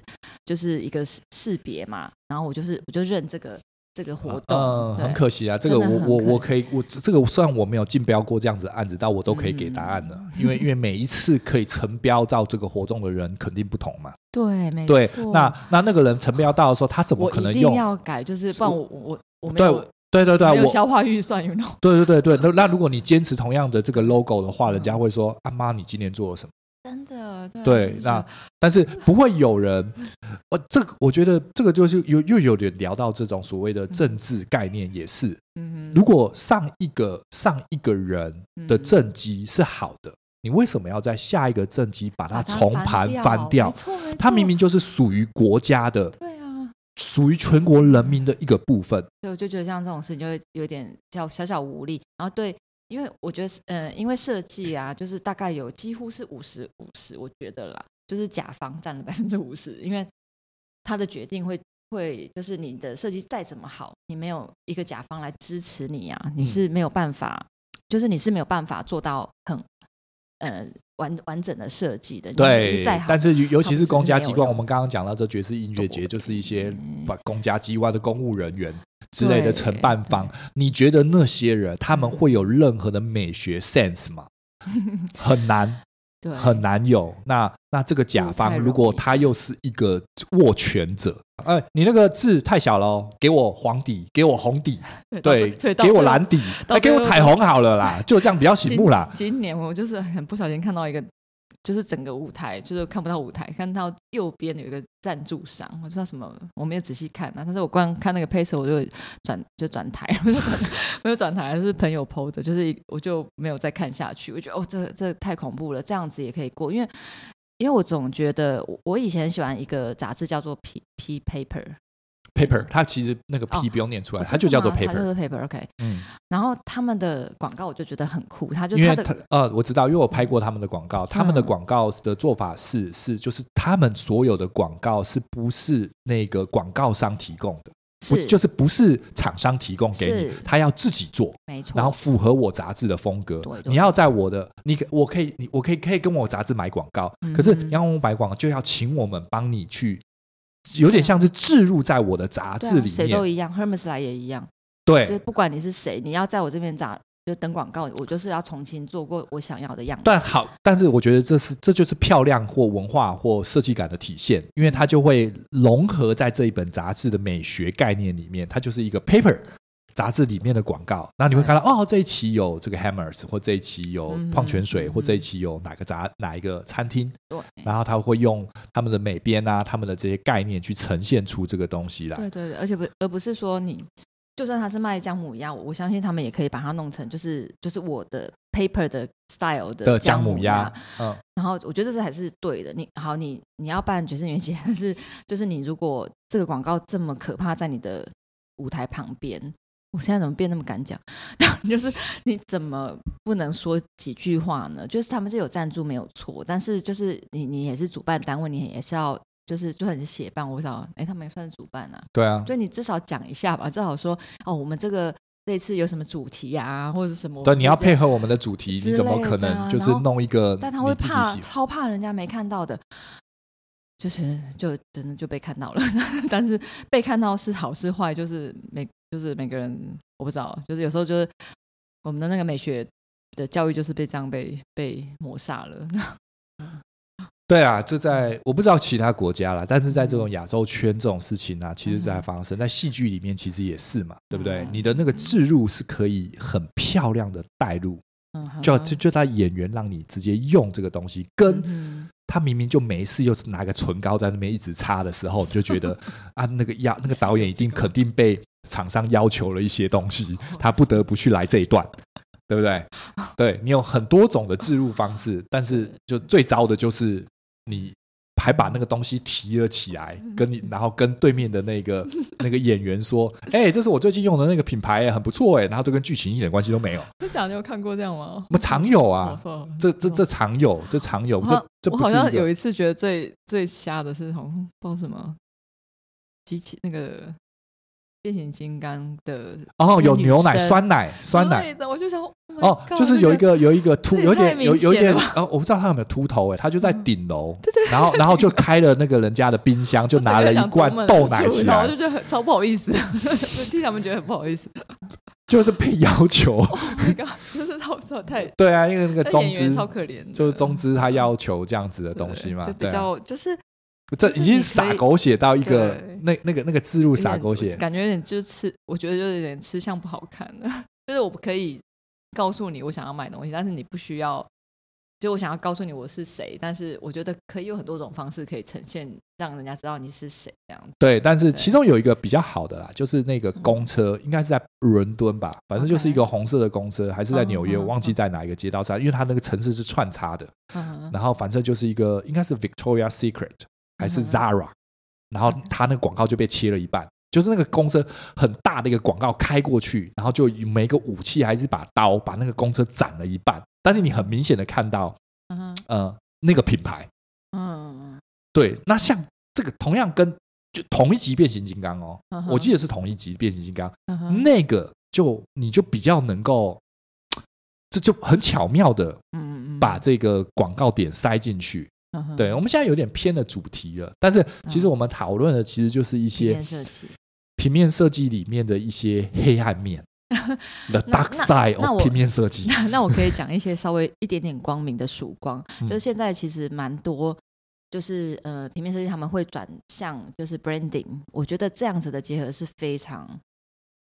[SPEAKER 2] 就是一个识识别嘛。然后我就是我就认这个这个活动，
[SPEAKER 1] 嗯，
[SPEAKER 2] 对
[SPEAKER 1] 很可惜啊。这个
[SPEAKER 2] 真的
[SPEAKER 1] 我我
[SPEAKER 2] 很可惜
[SPEAKER 1] 我可以，我这这个虽然我没有竞标过这样子的案子，但我都可以给答案的，
[SPEAKER 2] 嗯
[SPEAKER 1] 因为因为每一次可以成标到这个活动的人肯定不同嘛。
[SPEAKER 2] 对，没
[SPEAKER 1] 对
[SPEAKER 2] 错，
[SPEAKER 1] 那那那个人成标到的时候，他怎么
[SPEAKER 2] 我
[SPEAKER 1] 可
[SPEAKER 2] 一
[SPEAKER 1] 能
[SPEAKER 2] 定
[SPEAKER 1] 用？
[SPEAKER 2] 要改，就是不然我我我没
[SPEAKER 1] 对
[SPEAKER 2] 有。
[SPEAKER 1] 对对对，啊
[SPEAKER 2] 没有
[SPEAKER 1] 我
[SPEAKER 2] 消化预算，you know，
[SPEAKER 1] 对对对对，那那如果你坚持同样的这个 logo 的话，人
[SPEAKER 2] 嗯
[SPEAKER 1] 家会说：“阿、妈，你今年做了什么
[SPEAKER 2] 真的？”啊
[SPEAKER 1] 对，那但是不会有人，我这个我觉得这个就是又又有点聊到这种所谓的政治概念，也是
[SPEAKER 2] 嗯
[SPEAKER 1] 如果上一个上一个人的
[SPEAKER 2] 正
[SPEAKER 1] 政绩是好的，你为什么要在下一个政绩把它重盘翻掉
[SPEAKER 2] 没？错没错，
[SPEAKER 1] 它明明就是属于国家的，
[SPEAKER 2] 对啊，
[SPEAKER 1] 属于全国人民的一个部分。
[SPEAKER 2] 所以我就觉得像这种事情就会有点小小小无力，然后对。因为我觉得是，呃，因为设计啊，就是大概有几乎是五十五十，我觉得啦，就是甲方占了百分之五十，因为他的决定会会就是你的设计再怎么好，你没有一个甲方来支持你啊，你
[SPEAKER 1] 嗯
[SPEAKER 2] 是没有办法，就是你是没有办法做到很呃完完整的设计的。你
[SPEAKER 1] 对
[SPEAKER 2] 你再，好
[SPEAKER 1] 但是尤尤其是公家机
[SPEAKER 2] 他们是没有
[SPEAKER 1] 关，
[SPEAKER 2] 用
[SPEAKER 1] 我们刚刚讲到这爵士音乐节，就是一些
[SPEAKER 2] 嗯
[SPEAKER 1] 把公家机关的公务人员之类的
[SPEAKER 2] 对
[SPEAKER 1] 承办方，你觉得那些人他们会有任何的美学 sense 吗？很难，
[SPEAKER 2] 对
[SPEAKER 1] 很难有。那那这个甲
[SPEAKER 2] 不太
[SPEAKER 1] 方，
[SPEAKER 2] 容易
[SPEAKER 1] 如果他又是一个握权者，哎，你那个字太小了哦，给我黄底，给我红 底，对，
[SPEAKER 2] 所以到
[SPEAKER 1] 给我
[SPEAKER 2] 最后
[SPEAKER 1] 蓝底，
[SPEAKER 2] 到
[SPEAKER 1] 哎，给
[SPEAKER 2] 最
[SPEAKER 1] 我
[SPEAKER 2] 后
[SPEAKER 1] 彩虹好了 啦，就这样比较醒目啦。
[SPEAKER 2] 今年我就是很不小心看到一个，就是整个舞台就是看不到舞台，看到右边有一个赞助商，我不知道什么，我没有仔细看啊，但是我光看那个配色我就转就转台， 我就转没有转台，是朋友 PO 的，就是一我就没有再看下去，我觉得哦，这这太恐怖了，这样子也可以过，因为。因为我总觉得我，我以前喜欢一个杂志叫做 P P Paper，
[SPEAKER 1] Paper，它其实那个
[SPEAKER 2] 哦
[SPEAKER 1] P 不用念出来，
[SPEAKER 2] 哦
[SPEAKER 1] 它就叫做
[SPEAKER 2] 真的吗它
[SPEAKER 1] Paper，
[SPEAKER 2] 叫做 Paper OK。
[SPEAKER 1] 嗯。
[SPEAKER 2] 然后他们的广告我就觉得很酷，他就
[SPEAKER 1] 因为
[SPEAKER 2] 的嗯
[SPEAKER 1] 他呃，我知道，因为我拍过他们的广告，他们的广告的做法是是就是他们所有的广告是不是那个广告商提供的，不
[SPEAKER 2] 是
[SPEAKER 1] 就是不是厂商提供给你
[SPEAKER 2] 是，
[SPEAKER 1] 他要自己做。
[SPEAKER 2] 没错，
[SPEAKER 1] 然后符合我杂志的风格
[SPEAKER 2] 对，对
[SPEAKER 1] 你要在我的，你可我可以，你我可以可以跟我杂志买广告，可是
[SPEAKER 2] 嗯哼
[SPEAKER 1] 你要跟我买广告，就要请我们帮你去，有点像是置入在我的杂
[SPEAKER 2] 对
[SPEAKER 1] 志
[SPEAKER 2] 啊、
[SPEAKER 1] 里
[SPEAKER 2] 谁都
[SPEAKER 1] 面，
[SPEAKER 2] 一样，Hermes 来也一样，
[SPEAKER 1] 对
[SPEAKER 2] 就是不管你是谁，你要在我这边打就登广告，我就是要重新做过我想要的样子。
[SPEAKER 1] 但好，但是我觉得这是这就是漂亮或文化或设计感的体现，因为它就会融合在这一本杂志的美学概念里面，它就是一个 paper 杂志里面的广告。那你会看到哦，这一期有这个 Hammers，或这一期有
[SPEAKER 2] 嗯哼
[SPEAKER 1] 矿泉水，
[SPEAKER 2] 嗯哼
[SPEAKER 1] 或这一期有哪个杂哪一个餐厅，
[SPEAKER 2] 对
[SPEAKER 1] 然后他会用他们的美编啊，他们的这些概念去呈现出这个东西来。
[SPEAKER 2] 对对对，而且不而不是说你就算他是卖姜母鸭，我我相信他们也可以把它弄成就是就是我的 paper 的 style
[SPEAKER 1] 的姜
[SPEAKER 2] 姜
[SPEAKER 1] 母
[SPEAKER 2] 鸭
[SPEAKER 1] 鸭，，嗯，
[SPEAKER 2] 然然后我觉得这是还是对的。你好，你你要办爵士音乐节， 但是就是你如果这个广告这么可怕，在你的舞台旁边，我现在怎么变那么敢讲？ 就是你怎么不能说几句话呢？就是他们是有赞助没有错，但是就是你你也是主办单位，你也是要就是就算你是协办，我想哎他们也算是主办啊，
[SPEAKER 1] 对啊，
[SPEAKER 2] 所以你至少讲一下吧，至少说哦我们这个这次有什么主题啊，或者什么。
[SPEAKER 1] 对，你要配合我们的主题，
[SPEAKER 2] 之
[SPEAKER 1] 你怎么可
[SPEAKER 2] 类的啊
[SPEAKER 1] 能就是
[SPEAKER 2] 然后
[SPEAKER 1] 弄一个
[SPEAKER 2] 但他
[SPEAKER 1] 嗯
[SPEAKER 2] 会
[SPEAKER 1] 你自己
[SPEAKER 2] 怕，
[SPEAKER 1] 喜
[SPEAKER 2] 超怕人家没看到的，就是就真的就被看到了。 但是被看到是好是坏，就是每就是每个人我不知道，就是有时候就是我们的那个美学的教育就是被这样被被抹杀了。
[SPEAKER 1] 对啊，这
[SPEAKER 2] 嗯
[SPEAKER 1] 在我不知道其他国家啦，但是在这种亚洲圈这种事情啊，其实是在发生在戏剧里面，其实也是嘛，对不对
[SPEAKER 2] 嗯？
[SPEAKER 1] 你的那个置入是可以很漂亮的带入，
[SPEAKER 2] 嗯哼，
[SPEAKER 1] 就就就他演员让你直接用这个东西，跟
[SPEAKER 2] 嗯
[SPEAKER 1] 他明明就没事，又是拿个唇膏在那边一直擦的时候，你就觉得 啊，那个要那个导演一定肯定被厂商要求了一些东西，
[SPEAKER 2] 哦
[SPEAKER 1] 他不得不去来这一段，对不对？对你有很多种的置入方式，但是就最糟的就是你还把那个东西提了起来，
[SPEAKER 2] 嗯
[SPEAKER 1] 跟你然后跟对面的那 个那个演员说，哎、这是我最近用的那个品牌、很不错哎、然后这跟剧情一点关系都没有，
[SPEAKER 2] 哼，讲你有看过这样吗？
[SPEAKER 1] 我们常有
[SPEAKER 2] 我
[SPEAKER 1] 啊。
[SPEAKER 2] 说
[SPEAKER 1] 这这这常有，这常有，
[SPEAKER 2] 我好
[SPEAKER 1] 这
[SPEAKER 2] 像
[SPEAKER 1] 这
[SPEAKER 2] 哦我
[SPEAKER 1] 不
[SPEAKER 2] 好
[SPEAKER 1] 是一
[SPEAKER 2] 像
[SPEAKER 1] 个
[SPEAKER 2] 有一次觉得最最瞎的是从不知道什么机器那个变形金刚的
[SPEAKER 1] 哦，有
[SPEAKER 2] 女
[SPEAKER 1] 牛奶、
[SPEAKER 2] 生
[SPEAKER 1] 酸奶、酸奶
[SPEAKER 2] 对的，我就想，Oh
[SPEAKER 1] 哦，就是有一，个有一个秃，
[SPEAKER 2] 这也
[SPEAKER 1] 有
[SPEAKER 2] 太
[SPEAKER 1] 点有
[SPEAKER 2] 明
[SPEAKER 1] 有
[SPEAKER 2] 显
[SPEAKER 1] 点
[SPEAKER 2] 了嗯
[SPEAKER 1] 哦，我不知道他有没有秃头哎，他就在顶楼，然后然后就开了那个人家的冰箱，就拿了一罐豆奶起
[SPEAKER 2] 然后
[SPEAKER 1] 来
[SPEAKER 2] 就，觉得很超不好意思， 我替他们觉得很不好意思。
[SPEAKER 1] 就是被要 求。
[SPEAKER 2] Oh my god，真的超超 太，
[SPEAKER 1] 对啊，因为那个
[SPEAKER 2] 那
[SPEAKER 1] 中
[SPEAKER 2] 演
[SPEAKER 1] 资
[SPEAKER 2] 员超可怜的，
[SPEAKER 1] 就是中资他要求这样子的
[SPEAKER 2] 对
[SPEAKER 1] 东西嘛
[SPEAKER 2] 就，
[SPEAKER 1] 对
[SPEAKER 2] 比
[SPEAKER 1] 啊，
[SPEAKER 2] 较就是
[SPEAKER 1] 这
[SPEAKER 2] 就是
[SPEAKER 1] 已经
[SPEAKER 2] 你
[SPEAKER 1] 撒
[SPEAKER 2] 可以
[SPEAKER 1] 狗血到一个
[SPEAKER 2] 对
[SPEAKER 1] 那那个那个字入
[SPEAKER 2] 不
[SPEAKER 1] 撒狗血，
[SPEAKER 2] 感觉有点就是吃，我觉得就有点吃相不好看了。 就是我可以告诉你我想要买东西，但是你不需要。就我想要告诉你我是谁，但是我觉得可以有很多种方式可以呈现，让人家知道你是谁这样子。
[SPEAKER 1] 对，但是
[SPEAKER 2] 对嗯
[SPEAKER 1] 其中有一个比较好的啦，就是那个公车，应该是在伦敦吧，反正就是一个红色的公车，还是在纽约，
[SPEAKER 2] 嗯嗯
[SPEAKER 1] 我忘记在哪一个街道上，因为它那个城市是串插的，
[SPEAKER 2] 嗯，
[SPEAKER 1] 然后反正就是一个应该是 Victoria Secret 还是
[SPEAKER 2] 嗯
[SPEAKER 1] Zara，然后它那个广告就被切了一半。就是那个公车很大的一个广告开过去，然后就每个武器还是把刀把那个公车斩了一半，但是你很明显的看到，
[SPEAKER 2] 嗯
[SPEAKER 1] 呃，那个品牌
[SPEAKER 2] 嗯
[SPEAKER 1] 对，那像这个同样跟就同一集变形金刚哦，
[SPEAKER 2] 嗯哼
[SPEAKER 1] 我记得是同一集变形金刚，
[SPEAKER 2] 嗯哼
[SPEAKER 1] 那个就你就比较能够，这就很巧妙的
[SPEAKER 2] 嗯嗯，
[SPEAKER 1] 把这个广告点塞进去。
[SPEAKER 2] 嗯哼
[SPEAKER 1] 对我们现在有点偏了主题了，但是其实我们讨论的其实就是一
[SPEAKER 2] 体
[SPEAKER 1] 些
[SPEAKER 2] 验设计。
[SPEAKER 1] 平面设计里面的一些黑暗面，the
[SPEAKER 2] 那
[SPEAKER 1] dark side
[SPEAKER 2] 那
[SPEAKER 1] of
[SPEAKER 2] 我
[SPEAKER 1] 平面设计。
[SPEAKER 2] 那那我可以讲一些稍微一点点光明的曙光，
[SPEAKER 1] 嗯
[SPEAKER 2] 就是现在其实蛮多，就是呃平面设计他们会转向就是 branding，我觉得这样子的结合是非常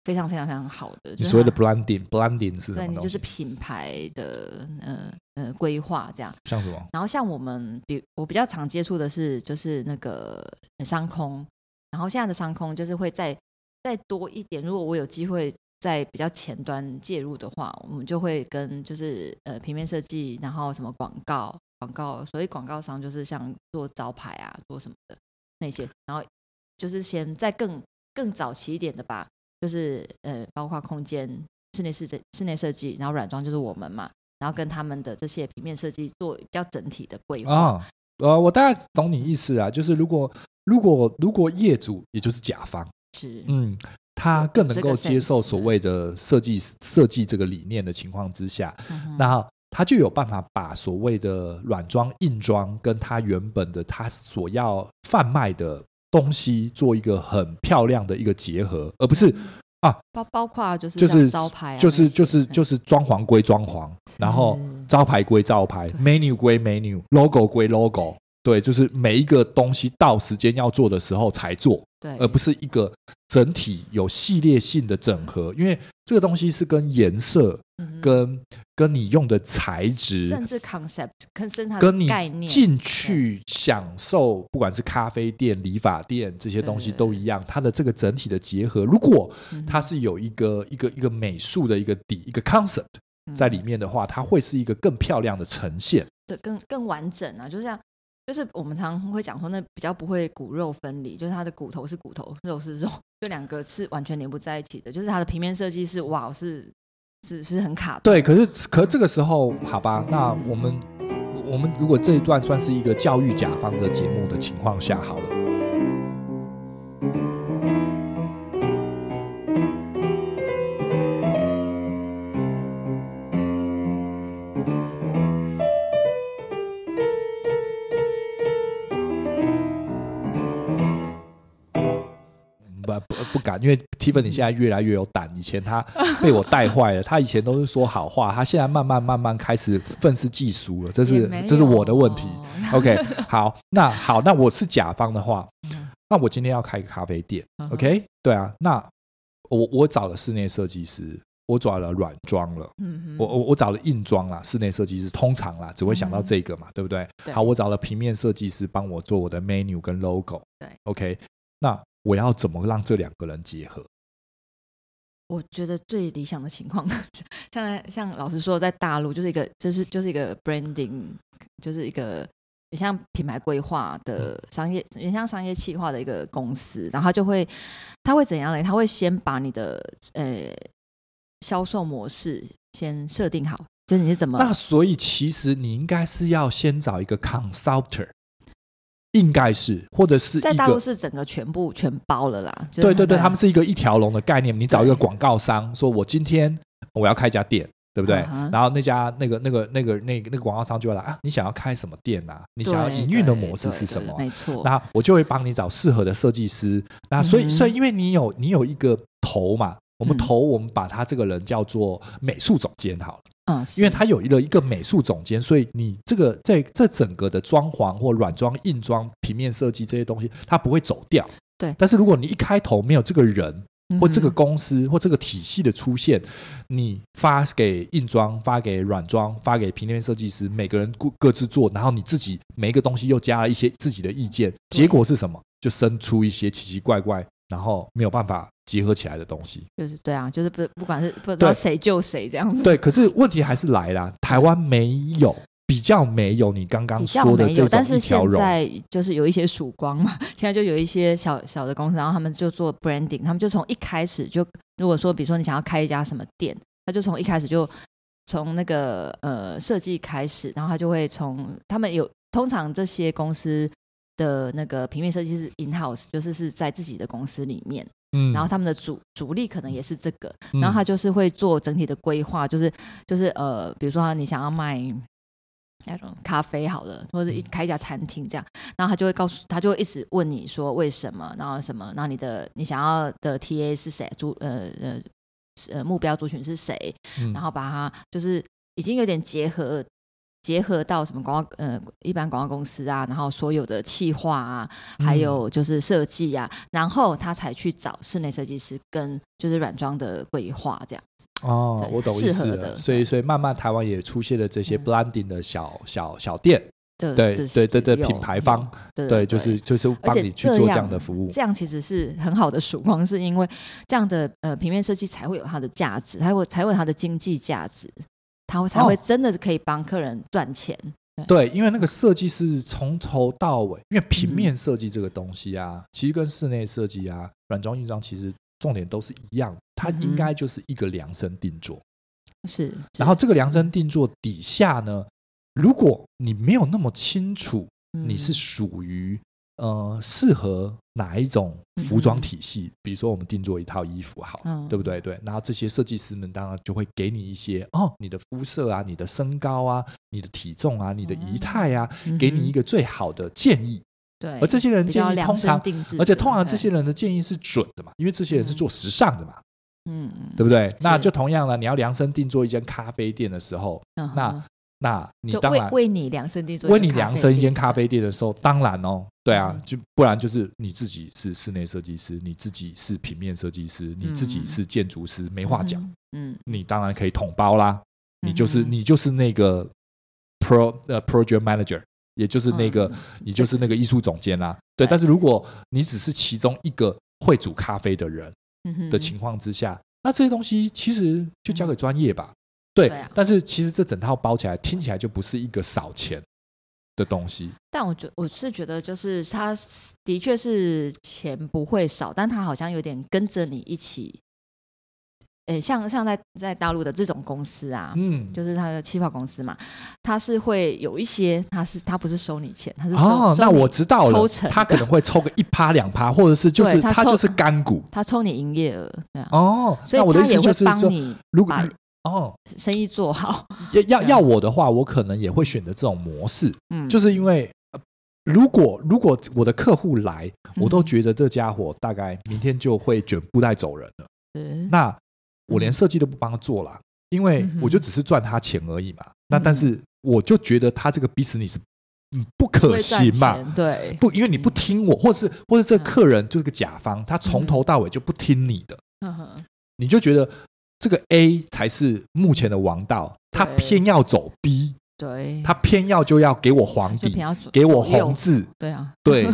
[SPEAKER 2] 非常非常非常好的。
[SPEAKER 1] 你
[SPEAKER 2] 就是
[SPEAKER 1] 所谓的
[SPEAKER 2] 它
[SPEAKER 1] blending，blending 是什
[SPEAKER 2] 对
[SPEAKER 1] 么
[SPEAKER 2] 你
[SPEAKER 1] 东
[SPEAKER 2] 就
[SPEAKER 1] 西
[SPEAKER 2] 是？品牌的呃呃规划这样。
[SPEAKER 1] 像什么？
[SPEAKER 2] 然后像我们比我比较常接触的是就是那个呃商空，然后现在的商空就是会再再多一点，如果我有机会在比较前端介入的话，我们就会跟就是呃平面设计，然后什么广告广告，所谓广告商就是像做招牌啊，做什么的那些，然后就是先在更更早期一点的吧，就是呃包括空间室内设计室内设计，然后软装就是我们嘛。然后跟他们的这些平面设计做比较整体的规划，
[SPEAKER 1] 啊，呃，我大概懂你意思啊，就是如果如果如果业主也就是甲方，
[SPEAKER 2] 是
[SPEAKER 1] 嗯，他更能
[SPEAKER 2] 这
[SPEAKER 1] 够
[SPEAKER 2] 个
[SPEAKER 1] 接受
[SPEAKER 2] sense，嗯
[SPEAKER 1] 所谓的设计设计这个理念的情况之下，
[SPEAKER 2] 嗯哼
[SPEAKER 1] 那他就有办法把所谓的软装、硬装跟他原本的他所要贩卖的东西做一个很漂亮的一个结合，而不是
[SPEAKER 2] 包包括就是
[SPEAKER 1] 就
[SPEAKER 2] 像
[SPEAKER 1] 是
[SPEAKER 2] 招牌啊嗯那
[SPEAKER 1] 就
[SPEAKER 2] 些，
[SPEAKER 1] 是就是
[SPEAKER 2] 嗯
[SPEAKER 1] 就是装潢归装潢，然后
[SPEAKER 2] 是
[SPEAKER 1] 招牌归招牌，menu 归 menu，logo 归 logo。对，就是每一个东西到时间要做的时候才做，
[SPEAKER 2] 对，
[SPEAKER 1] 而不是一个整体有系列性的整合。因为这个东西是跟颜色、
[SPEAKER 2] 嗯
[SPEAKER 1] 跟跟你用的材质、
[SPEAKER 2] 甚至 concept 跟甚至它的
[SPEAKER 1] 跟你
[SPEAKER 2] 概念嗯
[SPEAKER 1] 进去享受，不管是咖啡店、理发店这些东西
[SPEAKER 2] 对对
[SPEAKER 1] 都
[SPEAKER 2] 对
[SPEAKER 1] 一样，它的这个整体的结合，如果它
[SPEAKER 2] 嗯
[SPEAKER 1] 是有一个一个一个美术的一个底一个 concept
[SPEAKER 2] 嗯哼
[SPEAKER 1] 在里面的话，它会是一个更漂亮的呈现。
[SPEAKER 2] 对更更完整啊，就像就是我们常常会讲说，那比较不会骨肉分离，就是它的骨头是骨头，肉是肉，就两个是完全连不在一起的。就是它的平面设计是哇，是是是很卡顿
[SPEAKER 1] 对，可是可这个时候，好吧，那我们我们如果这一段算是一个教育甲方的节目的情况下，好了。不不不敢，因为 Tiffany 现在越来越有胆。以前她被我带坏 了，她以前都是说好话，她现在慢慢慢慢开始愤世嫉俗了。这
[SPEAKER 2] 也
[SPEAKER 1] 是
[SPEAKER 2] 没有
[SPEAKER 1] 这是我的问题。OK，好，那好，那我是甲方的话
[SPEAKER 2] 嗯，
[SPEAKER 1] 那我今天要开咖啡店
[SPEAKER 2] 嗯哼
[SPEAKER 1] ，OK？对啊，那我我找了室内设计师，我找了软装了。
[SPEAKER 2] 嗯哼，嗯
[SPEAKER 1] 我我我找了硬装啦，室内设计师通常啦，只会想到这个嘛，对不对？
[SPEAKER 2] 对
[SPEAKER 1] 好，我找了平面设计师帮我做我的 menu 跟 logo。
[SPEAKER 2] 对
[SPEAKER 1] ，OK，那我要怎么让这两个人结合？
[SPEAKER 2] 我觉得最理想的情况，像在像老师说，在大陆就是一个，这是就是一个 branding，就是一个也像品牌规划
[SPEAKER 1] 嗯
[SPEAKER 2] 的商业，也像商业企划的一个公司，然后他就会他会怎样呢？他会先把你的呃销售模式先设定好，就是你是怎么
[SPEAKER 1] 那所以其实你应该是要先找一个 consultant，应该是或者是
[SPEAKER 2] 在
[SPEAKER 1] 一
[SPEAKER 2] 大陆
[SPEAKER 1] 个。
[SPEAKER 2] 是整个全部全包了啦。就是
[SPEAKER 1] 对对对，
[SPEAKER 2] 啊
[SPEAKER 1] 他们是一个一条龙的概念。你找一个
[SPEAKER 2] 对
[SPEAKER 1] 广告商，说我今天我要开一家店，对不对
[SPEAKER 2] 嗯哼
[SPEAKER 1] 然后那家那个那个那个那个那个广告商就会来啊，你想要开什么店啊？你想要
[SPEAKER 2] 对
[SPEAKER 1] 营运的
[SPEAKER 2] 对
[SPEAKER 1] 模式
[SPEAKER 2] 对
[SPEAKER 1] 是
[SPEAKER 2] 对
[SPEAKER 1] 什么啊？
[SPEAKER 2] 没错，
[SPEAKER 1] 那我就会帮你找适合的设计师。那所以，
[SPEAKER 2] 嗯哼
[SPEAKER 1] 所以因为你有你有一个头嘛，我们
[SPEAKER 2] 嗯
[SPEAKER 1] 头我们把他这个人叫做美术总监好了，
[SPEAKER 2] 嗯，
[SPEAKER 1] 因为他有一个一个美术总监，所以你这个这这整个的装潢或软装、硬装、平面设计这些东西，它不会走掉。
[SPEAKER 2] 对
[SPEAKER 1] 但是如果你一开头没有这个人，
[SPEAKER 2] 是
[SPEAKER 1] 或这个
[SPEAKER 2] 嗯
[SPEAKER 1] 公司或这个体系的出现，你发给硬装、发给软装、发给平面设计师，每个人各各自做，然后你自己每一个东西又加了一些自己的意见，结果是什么？就生出一些奇奇怪怪，然后没有办法结合起来的东西。
[SPEAKER 2] 就是对啊，就是不不管是不知道
[SPEAKER 1] 对
[SPEAKER 2] 谁救谁这样子。
[SPEAKER 1] 对，可是问题还是来啦，台湾没有。比较没有你刚刚
[SPEAKER 2] 比较
[SPEAKER 1] 说的
[SPEAKER 2] 没
[SPEAKER 1] 这
[SPEAKER 2] 有，但
[SPEAKER 1] 种
[SPEAKER 2] 是
[SPEAKER 1] 一条
[SPEAKER 2] 现
[SPEAKER 1] 龙，
[SPEAKER 2] 在就是有一些曙光嘛，现在就有一些小小的公司，然后他们就做 branding，他们就从一开始就，如果说比如说你想要开一家什么店，他就从一开始就从那个呃设计开始，然后他就会从他们有通常这些公司的那个平面设计是 in house，就是是在自己的公司里面，
[SPEAKER 1] 嗯
[SPEAKER 2] 然后他们的主主力可能也是这个，
[SPEAKER 1] 嗯
[SPEAKER 2] 然后他就是会做整体的规划，就是就是呃，比如说你想要卖那种咖啡好了，或
[SPEAKER 1] 嗯
[SPEAKER 2] 者一开一家餐厅这样，然后他就会告诉，他就会一直问你说为什么，然后什么，然后你的你想要的 TA 是谁，主呃呃是呃目标族群是谁，
[SPEAKER 1] 嗯
[SPEAKER 2] 然后把它就是已经有点结合。结合到什么广告呃，一般广告公司啊，然后所有的企划啊，
[SPEAKER 1] 嗯
[SPEAKER 2] 还有就是设计啊，然后他才去找室内设计师跟就是软装的规划这样。
[SPEAKER 1] 哦，
[SPEAKER 2] 对
[SPEAKER 1] 我懂意
[SPEAKER 2] 适
[SPEAKER 1] 思
[SPEAKER 2] 合
[SPEAKER 1] 了。
[SPEAKER 2] 的
[SPEAKER 1] 所以，所以慢慢台湾也出现了这些
[SPEAKER 2] 嗯
[SPEAKER 1] blending 的小小小店，
[SPEAKER 2] 的
[SPEAKER 1] 对对
[SPEAKER 2] 这
[SPEAKER 1] 对对，
[SPEAKER 2] 有
[SPEAKER 1] 品牌方，
[SPEAKER 2] 对
[SPEAKER 1] 对，就是就是帮
[SPEAKER 2] 且
[SPEAKER 1] 你去
[SPEAKER 2] 这
[SPEAKER 1] 做这样
[SPEAKER 2] 样
[SPEAKER 1] 的服务。
[SPEAKER 2] 这样其实是很好的曙光，是因为这样的呃平面设计才会有它的价值，才会才会有它的经济价值，它会才会
[SPEAKER 1] 哦
[SPEAKER 2] 真的可以帮客人赚钱。
[SPEAKER 1] 对，因为那个设计是从头到尾，因为
[SPEAKER 2] 嗯
[SPEAKER 1] 平面设计这个东西啊，其实跟室内设计啊、软装、硬装其实重点都是一样，它
[SPEAKER 2] 嗯
[SPEAKER 1] 应
[SPEAKER 2] 哼
[SPEAKER 1] 该就是一个量身定做。
[SPEAKER 2] 是，嗯是
[SPEAKER 1] 然后这个量身定做底下呢，如果你没有那么清楚你是
[SPEAKER 2] 嗯
[SPEAKER 1] 属于呃适合哪一种服装体系，比如说我们定做一套衣服好，
[SPEAKER 2] 嗯
[SPEAKER 1] 对不对？对，然后这些设计师们当然就会给你一些哦，你的肤色啊，你的身高啊，你的体重啊，你的仪态啊，
[SPEAKER 2] 嗯
[SPEAKER 1] 给你一
[SPEAKER 2] 个
[SPEAKER 1] 个最好的建议。
[SPEAKER 2] 对，
[SPEAKER 1] 而这些人
[SPEAKER 2] 比
[SPEAKER 1] 建
[SPEAKER 2] 较
[SPEAKER 1] 议
[SPEAKER 2] 量
[SPEAKER 1] 通
[SPEAKER 2] 身
[SPEAKER 1] 常，
[SPEAKER 2] 定制的，
[SPEAKER 1] 而且通常这
[SPEAKER 2] 对
[SPEAKER 1] 些人的建议是准的嘛，因为这些人是
[SPEAKER 2] 嗯
[SPEAKER 1] 做时尚的嘛，
[SPEAKER 2] 嗯嗯
[SPEAKER 1] 对不对？那就同样了，你要量身定做一间咖啡店的时候，
[SPEAKER 2] 嗯
[SPEAKER 1] 那
[SPEAKER 2] 哼
[SPEAKER 1] 那你
[SPEAKER 2] 就
[SPEAKER 1] 当
[SPEAKER 2] 为
[SPEAKER 1] 然
[SPEAKER 2] 为你量身定做一
[SPEAKER 1] 为
[SPEAKER 2] 间
[SPEAKER 1] 你
[SPEAKER 2] 咖
[SPEAKER 1] 量
[SPEAKER 2] 啡
[SPEAKER 1] 身一间
[SPEAKER 2] 店
[SPEAKER 1] 咖啡店的时候，当然哦，对啊
[SPEAKER 2] 嗯，
[SPEAKER 1] 就不然就是你自己是室内设计师，你自己是平面设计师，你自己
[SPEAKER 2] 嗯
[SPEAKER 1] 是建筑师，没话讲，，
[SPEAKER 2] 嗯
[SPEAKER 1] 你当然可以统包啦，你就是
[SPEAKER 2] 嗯哼
[SPEAKER 1] 你就是那个 pro 呃 project manager，也就是那个
[SPEAKER 2] 嗯
[SPEAKER 1] 你就是那个艺术总监啦，对。
[SPEAKER 2] 对
[SPEAKER 1] 但是如果你只是其中一个会煮咖啡的人
[SPEAKER 2] 嗯嗯
[SPEAKER 1] 的情况之下，那这些东西其实就交给专业吧。对，
[SPEAKER 2] 对啊
[SPEAKER 1] 但是其实这整套包起来听起来就不是一个少钱的东西。
[SPEAKER 2] 但我觉我是觉得，就是他是的确是钱不会少，但他好像有点跟着你一起，诶、像像在在大陆的这种公司啊，
[SPEAKER 1] 嗯，
[SPEAKER 2] 就是他的气泡公司嘛，他是会有一些，他是他不是收你钱，他是收、
[SPEAKER 1] 哦，
[SPEAKER 2] 收
[SPEAKER 1] 那
[SPEAKER 2] 你
[SPEAKER 1] 我知道
[SPEAKER 2] 抽
[SPEAKER 1] 了
[SPEAKER 2] 成，
[SPEAKER 1] 他可能会抽个一趴两趴，或者是就
[SPEAKER 2] 对
[SPEAKER 1] 是
[SPEAKER 2] 他
[SPEAKER 1] 他
[SPEAKER 2] 抽
[SPEAKER 1] 就是干股
[SPEAKER 2] 他抽你营业额，对啊，
[SPEAKER 1] 哦。
[SPEAKER 2] 所以
[SPEAKER 1] 那我的
[SPEAKER 2] 他
[SPEAKER 1] 意
[SPEAKER 2] 也
[SPEAKER 1] 思
[SPEAKER 2] 会
[SPEAKER 1] 就是
[SPEAKER 2] 帮
[SPEAKER 1] 说，
[SPEAKER 2] 你
[SPEAKER 1] 如果
[SPEAKER 2] 把
[SPEAKER 1] 哦
[SPEAKER 2] 生意做好，
[SPEAKER 1] 要要
[SPEAKER 2] 对啊
[SPEAKER 1] 要我的话，我可能也会选择这种模式，
[SPEAKER 2] 嗯，
[SPEAKER 1] 就是因为。呃如果如果我的客户来，我都
[SPEAKER 2] 嗯
[SPEAKER 1] 觉得这家伙大概明天就会卷布袋走人了。
[SPEAKER 2] 是
[SPEAKER 1] 那我连
[SPEAKER 2] 嗯
[SPEAKER 1] 设计都不帮他做了，因为
[SPEAKER 2] 嗯哼
[SPEAKER 1] 我就只是赚他钱而已嘛。那
[SPEAKER 2] 嗯
[SPEAKER 1] 但是我就觉得他这个 business 嗯不可
[SPEAKER 2] 会赚
[SPEAKER 1] 行嘛，
[SPEAKER 2] 钱，嗯对，
[SPEAKER 1] 不，因为你不听我，或者是或者这个客人就是个甲方，他
[SPEAKER 2] 嗯
[SPEAKER 1] 从头到尾就不听你的，
[SPEAKER 2] 呵呵
[SPEAKER 1] 你就觉得这个 A 才是目前的王道，他
[SPEAKER 2] 对
[SPEAKER 1] 偏要走 B，
[SPEAKER 2] 对，
[SPEAKER 1] 他偏要就要给我黄
[SPEAKER 2] 就平
[SPEAKER 1] 底，
[SPEAKER 2] 常左
[SPEAKER 1] 给我
[SPEAKER 2] 左右
[SPEAKER 1] 红字，
[SPEAKER 2] 对啊，
[SPEAKER 1] 对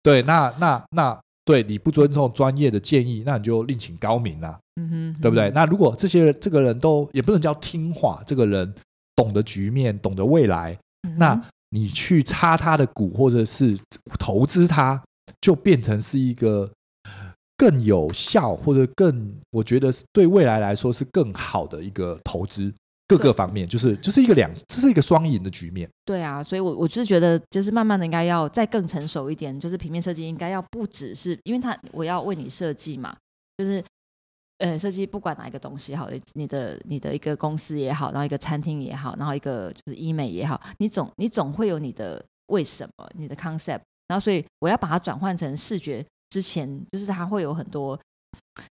[SPEAKER 1] 对，那那那对你不尊重专业的建议，那你就另请高明啦、
[SPEAKER 2] 嗯哼，
[SPEAKER 1] 对不对？
[SPEAKER 2] 嗯
[SPEAKER 1] 那如果这些人这个人都也不能叫听话，这个人懂得局面，懂得未来，
[SPEAKER 2] 嗯哼
[SPEAKER 1] 那你去插他的股或者是投资他，就变成是一个更有效或者更我觉得是对未来来说是更好的一个投资。各个
[SPEAKER 2] 对
[SPEAKER 1] 方面就是就是一个两，这是一个双赢的局面。
[SPEAKER 2] 对啊，所以我我就是觉得，就是慢慢的应该要再更成熟一点，就是平面设计应该要不只是因为它我要为你设计嘛，就是呃设计不管哪一个东西好，你的你的一个公司也好，然后一个餐厅也好，然后一个就是医美也好，你总你总会有你的为什么，你的 concept，然后所以我要把它转换成视觉之前，就是它会有很多。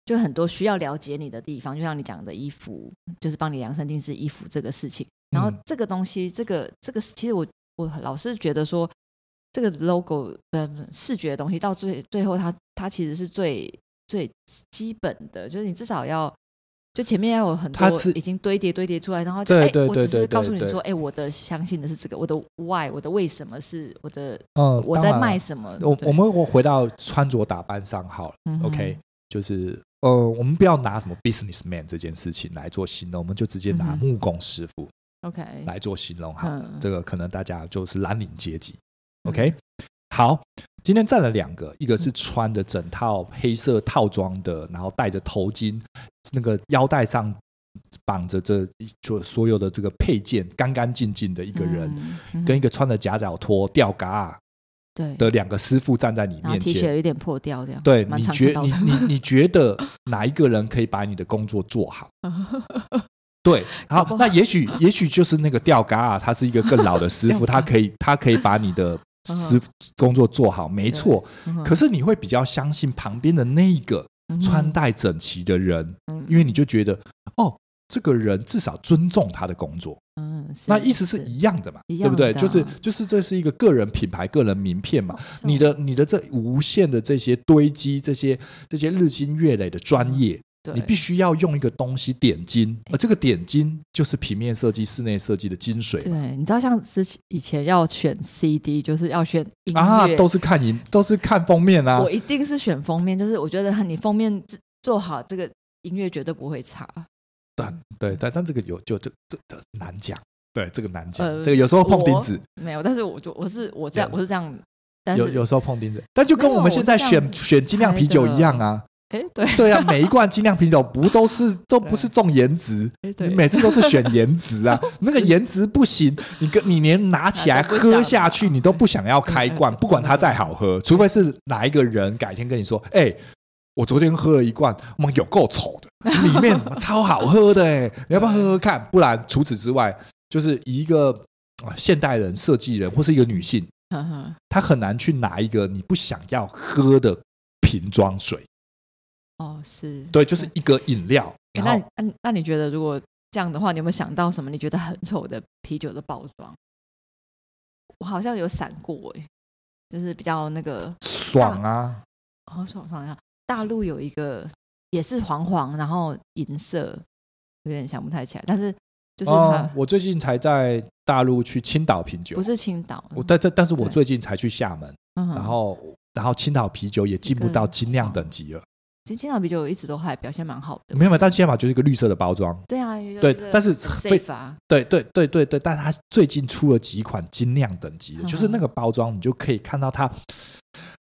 [SPEAKER 2] 就很多需要了解你的地方，就像你讲的衣服，就是帮你量身定制衣服这个事情。然后
[SPEAKER 1] 嗯
[SPEAKER 2] 这个东西，这个这个，其实我我老是觉得说，这个 logo 呃不是视觉的东西，到最最后它它其实是最最基本的，就是你至少要就前面要有很多
[SPEAKER 1] 它是
[SPEAKER 2] 已经堆叠堆叠出来，然后就
[SPEAKER 1] 对
[SPEAKER 2] 哎
[SPEAKER 1] 对，
[SPEAKER 2] 我
[SPEAKER 1] 对
[SPEAKER 2] 只
[SPEAKER 1] 对
[SPEAKER 2] 是告诉
[SPEAKER 1] 对
[SPEAKER 2] 你
[SPEAKER 1] 对
[SPEAKER 2] 说，哎，我的相信的是这个，我的 why，我的为什么是我的
[SPEAKER 1] 嗯，
[SPEAKER 2] 我
[SPEAKER 1] 当
[SPEAKER 2] 在
[SPEAKER 1] 然
[SPEAKER 2] 卖什么？
[SPEAKER 1] 我
[SPEAKER 2] 对
[SPEAKER 1] 我们我回到穿着打扮上好了、
[SPEAKER 2] 嗯哼
[SPEAKER 1] o k 就是呃，我们不要拿什么 businessman 这件事情来做形容，我们就直接拿
[SPEAKER 2] 嗯哼
[SPEAKER 1] 木工师傅
[SPEAKER 2] OK
[SPEAKER 1] 来做形容好了。
[SPEAKER 2] 嗯
[SPEAKER 1] 这个可能大家就是蓝领阶级
[SPEAKER 2] 嗯
[SPEAKER 1] ，OK？、好，今天站了两个，一个是穿着整套黑色套装的，然后戴着头巾，那个腰带上绑着这就所有的这个配件，干干净净的一个人。
[SPEAKER 2] 嗯嗯
[SPEAKER 1] 跟一个穿着夹脚拖、吊嘎
[SPEAKER 2] 对，
[SPEAKER 1] 的两个师傅站在你
[SPEAKER 2] 然后
[SPEAKER 1] 面
[SPEAKER 2] T
[SPEAKER 1] 前，
[SPEAKER 2] 恤有点破掉这样，
[SPEAKER 1] 对，
[SPEAKER 2] 蛮
[SPEAKER 1] 你
[SPEAKER 2] 常
[SPEAKER 1] 觉
[SPEAKER 2] 看到
[SPEAKER 1] 你
[SPEAKER 2] 的。
[SPEAKER 1] 你你觉得哪一个人可以把你的工作做 好？对，
[SPEAKER 2] 搞
[SPEAKER 1] 好
[SPEAKER 2] 不，好
[SPEAKER 1] 那也许也许就是那个吊嘎啊，他是一个更老的师傅，
[SPEAKER 2] 吊嘎
[SPEAKER 1] 他可以他可以把你的
[SPEAKER 2] 嗯
[SPEAKER 1] 师工作做好，没错。
[SPEAKER 2] 嗯
[SPEAKER 1] 可是你会比较相信旁边的那一个
[SPEAKER 2] 哼
[SPEAKER 1] 穿，戴整齐的人，
[SPEAKER 2] 嗯
[SPEAKER 1] 因为你就觉得哦，这个人至少尊重他的工作，
[SPEAKER 2] 嗯，是
[SPEAKER 1] 那意思是一样的嘛，
[SPEAKER 2] 一
[SPEAKER 1] 对不对？
[SPEAKER 2] 样的啊
[SPEAKER 1] 就是就是这是一个个人品牌、个人名片嘛。你
[SPEAKER 2] 的。
[SPEAKER 1] 的你的这无限的这些堆积，这些这些日新月累的专业，
[SPEAKER 2] 嗯对哎
[SPEAKER 1] 你必须要用一个东西点睛，而这个点睛就是平面设计、室内设计的精髓嘛
[SPEAKER 2] 对，你知道像之前以前要选 CD，就是要选音乐，
[SPEAKER 1] 啊，都是看你都是看封面啊
[SPEAKER 2] 我，一定是选封面，就是我觉得你封面做做好，这个音乐绝对不会差。
[SPEAKER 1] 对，但但这个有就这这这难讲，对，这个难讲，
[SPEAKER 2] 呃
[SPEAKER 1] 这个有时候碰钉子，
[SPEAKER 2] 没有，但是我就我是我这样，
[SPEAKER 1] 对
[SPEAKER 2] 我是这样，但
[SPEAKER 1] 有
[SPEAKER 2] 是
[SPEAKER 1] 有时候碰钉子，但就跟
[SPEAKER 2] 没有
[SPEAKER 1] 我们现在
[SPEAKER 2] 我是这样
[SPEAKER 1] 选
[SPEAKER 2] 子
[SPEAKER 1] 选精酿啤酒
[SPEAKER 2] 猜的
[SPEAKER 1] 一样啊，
[SPEAKER 2] 哎，对
[SPEAKER 1] 对 啊，每一罐精酿啤酒不都是都不是重颜值，
[SPEAKER 2] 哎对，
[SPEAKER 1] 你每次都是选颜值 啊，那个颜值不行，你跟你连拿起来
[SPEAKER 2] 啊都不想
[SPEAKER 1] 喝下去，
[SPEAKER 2] 拿
[SPEAKER 1] 你都不想要开 罐，
[SPEAKER 2] 嗯嗯
[SPEAKER 1] 不管它再好喝，除非是哪一个人改天跟你说，哎、我昨天喝了一罐，妈有够丑的，里 面超好喝的、哎，你要不要喝喝看？不然除此之外，就是以一个啊现代人、设计人或是一个女性，
[SPEAKER 2] 呵呵
[SPEAKER 1] 她很难去拿一个你不想要喝的瓶装水，
[SPEAKER 2] 哦是，
[SPEAKER 1] 对，就是一个饮料，
[SPEAKER 2] 哎
[SPEAKER 1] 然
[SPEAKER 2] 那
[SPEAKER 1] 后
[SPEAKER 2] 你那那你觉得如果这样的话，你有没有想到什么你觉得很丑的啤酒的包装？我好像有闪过哎、就是比较那个哦
[SPEAKER 1] 爽啊，
[SPEAKER 2] 好爽爽呀！大陆有一个也是黄黄，然后银色，有点想不太起来，但是就是它、
[SPEAKER 1] 哦、我最近才在大陆去青岛品酒
[SPEAKER 2] 不，是青岛，
[SPEAKER 1] 我但但但是我
[SPEAKER 2] 对
[SPEAKER 1] 最近才去厦门，
[SPEAKER 2] 嗯哼
[SPEAKER 1] 然后然后青岛啤酒也进不到精酿等级了，
[SPEAKER 2] 其实金草啤酒一直都还表现蛮好的。
[SPEAKER 1] 没有没有，但金马就是一个绿色的包装，
[SPEAKER 2] 对啊，有
[SPEAKER 1] 对
[SPEAKER 2] 有有
[SPEAKER 1] 但是
[SPEAKER 2] 很
[SPEAKER 1] 非
[SPEAKER 2] safe 啊，
[SPEAKER 1] 对对对对对，但它最近出了几款精酿等级的，
[SPEAKER 2] 嗯
[SPEAKER 1] 就是那个包装，你就可以看到它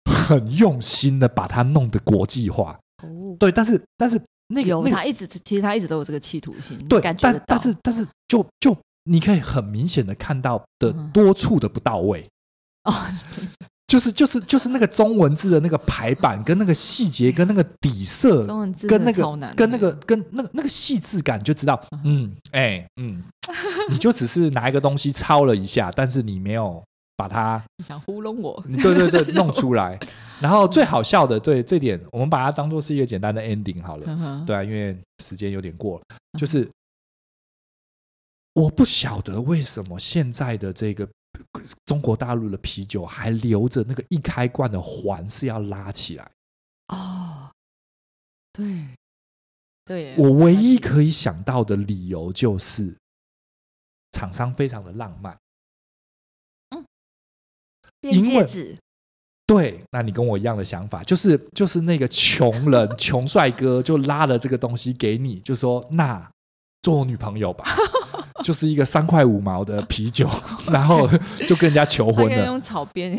[SPEAKER 1] 很用心的把它弄得国际化。
[SPEAKER 2] 哦，
[SPEAKER 1] 对，但是但是那个
[SPEAKER 2] 有
[SPEAKER 1] 那个
[SPEAKER 2] 他一直其实他一直都有这个企图心，
[SPEAKER 1] 对，
[SPEAKER 2] 感觉得
[SPEAKER 1] 但
[SPEAKER 2] 到。
[SPEAKER 1] 但是但是就就你可以很明显的看到的
[SPEAKER 2] 嗯
[SPEAKER 1] 多处的不到位，
[SPEAKER 2] 哦，
[SPEAKER 1] 就是就是就是那个中文字的那个排版跟那个细节跟那个底色
[SPEAKER 2] 中文字
[SPEAKER 1] 跟
[SPEAKER 2] 真
[SPEAKER 1] 那
[SPEAKER 2] 的
[SPEAKER 1] 个
[SPEAKER 2] 超难的，
[SPEAKER 1] 跟那个跟那个那个细致感，就知道，嗯，哎、嗯，你就只是拿一个东西抄了一下，但是你没有把它，
[SPEAKER 2] 你想糊弄我，
[SPEAKER 1] 你嗯对对对，弄出来。然后最好笑的，对这点，我们把它当做是一个简单的 ending 好了。
[SPEAKER 2] 嗯哼
[SPEAKER 1] 对啊，因为时间有点过了，就是我不晓得为什么现在的这个中国大陆的啤酒还留着那个一开罐的环是要拉起来。
[SPEAKER 2] 哦，对对啊耶，
[SPEAKER 1] 我唯一可以想到的理由就是，厂商非常的浪漫。
[SPEAKER 2] 变
[SPEAKER 1] 因为
[SPEAKER 2] 戒指
[SPEAKER 1] 对，那你跟我一样的想法，就是就是那个穷人 穷帅哥就拉了这个东西给你，就说那做我女朋友 吧，就是一个三块五毛的啤酒， 然后就跟人家求
[SPEAKER 2] 他
[SPEAKER 1] 婚
[SPEAKER 2] 应该
[SPEAKER 1] 了。
[SPEAKER 2] 用草编，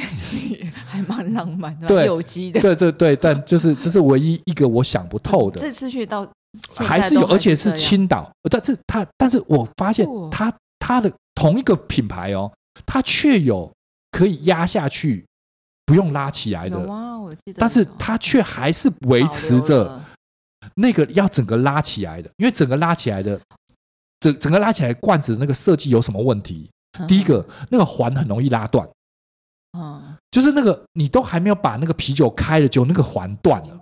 [SPEAKER 2] 还蛮浪漫的，
[SPEAKER 1] 对
[SPEAKER 2] 有机的。
[SPEAKER 1] 对对对，但就是这是唯一一个我想不透的，
[SPEAKER 2] 这次去到现
[SPEAKER 1] 还
[SPEAKER 2] 在
[SPEAKER 1] 是
[SPEAKER 2] 都
[SPEAKER 1] 有，而且是
[SPEAKER 2] 这样
[SPEAKER 1] 青岛，但是它，但是我发现
[SPEAKER 2] 酷哦
[SPEAKER 1] 它它的同一个品牌哦，它却有可以压下去不用拉起来
[SPEAKER 2] 有
[SPEAKER 1] 的，
[SPEAKER 2] 啊，我记得有，
[SPEAKER 1] 但是它却还是维持
[SPEAKER 2] 保留
[SPEAKER 1] 着
[SPEAKER 2] 了
[SPEAKER 1] 那个要整个拉起来的，因为整个拉起来的整整个拉起来罐子的那个设计有什么问题？第一，个，那个环很容易拉断。
[SPEAKER 2] 嗯，
[SPEAKER 1] 就是那个你都还没有把那个啤酒开了，就那个环断了，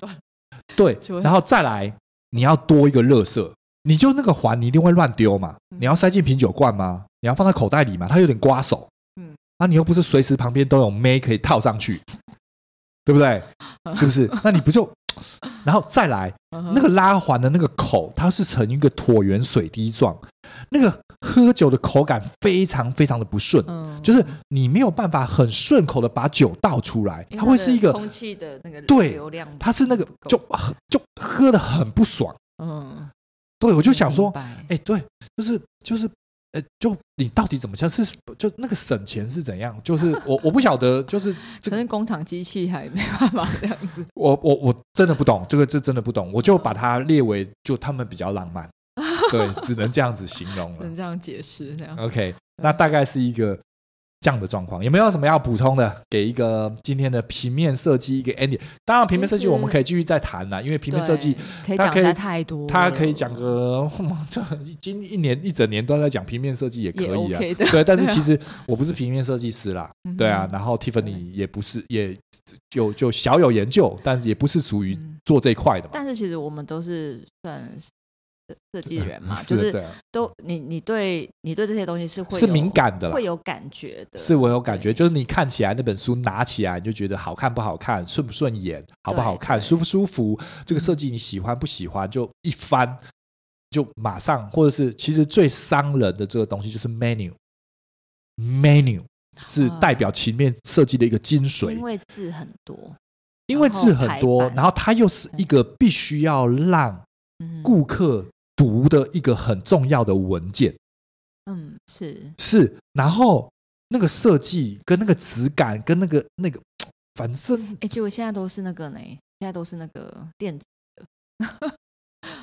[SPEAKER 1] 对
[SPEAKER 2] 就，会
[SPEAKER 1] 然后再来你要多一个乐色，你就那个环你一定会乱丢嘛，
[SPEAKER 2] 嗯
[SPEAKER 1] 你要塞进啤酒罐吗？你要放在口袋里吗？它有点刮手，嗯
[SPEAKER 2] 嗯，
[SPEAKER 1] 那你又不是随时旁边都有妹可以套上去，对不 对？是不是？那你不就， 然后再来
[SPEAKER 2] 嗯
[SPEAKER 1] 那个拉环的那个口，它是呈一个椭圆水滴状，那个喝酒的口感非常非常的不顺，
[SPEAKER 2] 嗯
[SPEAKER 1] 就是你没有办法很顺口的把酒倒出来，
[SPEAKER 2] 因为
[SPEAKER 1] 它会是一
[SPEAKER 2] 的
[SPEAKER 1] 个，
[SPEAKER 2] 空气的那个
[SPEAKER 1] 对
[SPEAKER 2] 流量，
[SPEAKER 1] 它是那个
[SPEAKER 2] 不够
[SPEAKER 1] 就就喝的很不爽。
[SPEAKER 2] 嗯，
[SPEAKER 1] 对，我就想说
[SPEAKER 2] 明，白
[SPEAKER 1] 哎，对，就是就是，呃，就你到底怎么想？是就那个省钱是怎样？ 就是我我不晓得，就是这
[SPEAKER 2] 可
[SPEAKER 1] 个
[SPEAKER 2] 能工厂机器还没办法这样子，
[SPEAKER 1] 我我我真的不懂，这个这真的不懂，我就把它列为就他们比较浪漫，对，只能这样子形容
[SPEAKER 2] 只
[SPEAKER 1] 了
[SPEAKER 2] 能。这样解释 那样。
[SPEAKER 1] OK，那大概是一个这样的状况，有没有什么要补充的？给一个今天的平面设计一个 ending。当然，平面设
[SPEAKER 2] 其
[SPEAKER 1] 计
[SPEAKER 2] 实
[SPEAKER 1] 我们可以继续再谈啦，因为平面设计
[SPEAKER 2] 对可以
[SPEAKER 1] 它
[SPEAKER 2] 讲
[SPEAKER 1] 可以
[SPEAKER 2] 实在太多了，
[SPEAKER 1] 它可以讲个，这今一年一整年都在讲平面设计也可
[SPEAKER 2] 也
[SPEAKER 1] 以啊。
[SPEAKER 2] OK 的，
[SPEAKER 1] 对，但是其实我不是平面设计师啦，
[SPEAKER 2] 嗯哼
[SPEAKER 1] 对啊，然后 Tiffany 也不是，也就就小有研究，但是也不是属于
[SPEAKER 2] 嗯
[SPEAKER 1] 做这一块的嘛。
[SPEAKER 2] 但是其实我们都是算设设计人嘛，
[SPEAKER 1] 是
[SPEAKER 2] 就
[SPEAKER 1] 的
[SPEAKER 2] 是
[SPEAKER 1] 对啊，
[SPEAKER 2] 都你你对你对这些东西是会
[SPEAKER 1] 是
[SPEAKER 2] 有
[SPEAKER 1] 敏感的啦
[SPEAKER 2] 会，有感觉的，
[SPEAKER 1] 是我有感觉，
[SPEAKER 2] 对
[SPEAKER 1] 就是你看起来那本书拿起来，你就觉得好看不好看，顺不顺眼，好不好看，
[SPEAKER 2] 对
[SPEAKER 1] 舒不舒服，这个设计你喜欢不喜欢，就一翻就马上，或者是其实最伤人的这个东西就是 menu，menu 是代表平面设计的一个精
[SPEAKER 2] 因
[SPEAKER 1] 髓，
[SPEAKER 2] 为字很多，
[SPEAKER 1] 因为字很多
[SPEAKER 2] 然后排，版
[SPEAKER 1] 然后它又是一个必须要让
[SPEAKER 2] 嗯
[SPEAKER 1] 顾客读的一个很重要的文件。
[SPEAKER 2] 嗯是
[SPEAKER 1] 是，然后那个设计跟那个质感跟那个那个，反正
[SPEAKER 2] 哎，结果现在都是那个呢，现在都是那个电子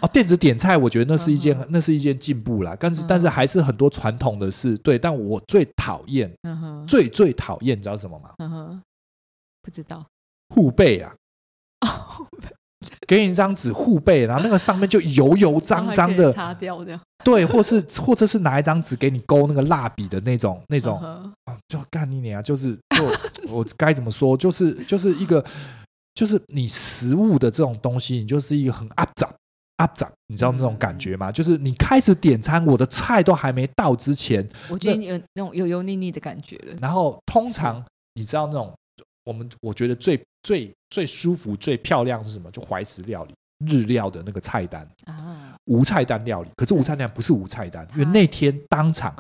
[SPEAKER 1] 哦，电子点菜，我觉得那是一件、
[SPEAKER 2] 嗯哼
[SPEAKER 1] 那是一件进步啦，但是、
[SPEAKER 2] 嗯
[SPEAKER 1] 但是还是很多传统的事对，但我最讨厌
[SPEAKER 2] 嗯哼
[SPEAKER 1] 最最讨厌，你知道什么吗？
[SPEAKER 2] 嗯哼，不知道
[SPEAKER 1] 护背啊，
[SPEAKER 2] 哦，
[SPEAKER 1] 给你一张纸护背，然后那个上面就油油脏脏
[SPEAKER 2] 然后还可以
[SPEAKER 1] 的，
[SPEAKER 2] 擦掉这样
[SPEAKER 1] 对，或是或者是拿一张纸给你勾那个蜡笔的那种那
[SPEAKER 2] 那
[SPEAKER 1] 种，啊就干你娘！就是就我该怎么说，就是就是一个就是你食物的这种东西，你就是一个很 up 涨 up 涨，你知道那种感觉吗？就是你开始点餐，我的菜都还没到之前，
[SPEAKER 2] 我觉得有那种油油腻腻的感觉了，
[SPEAKER 1] 然后通常你知道那种我们我觉得最最最舒服、最漂亮是什么？就怀石料理。日料的那个菜单，
[SPEAKER 2] 啊，
[SPEAKER 1] 无菜单料理，可是无菜单不是无菜单，因为那天当场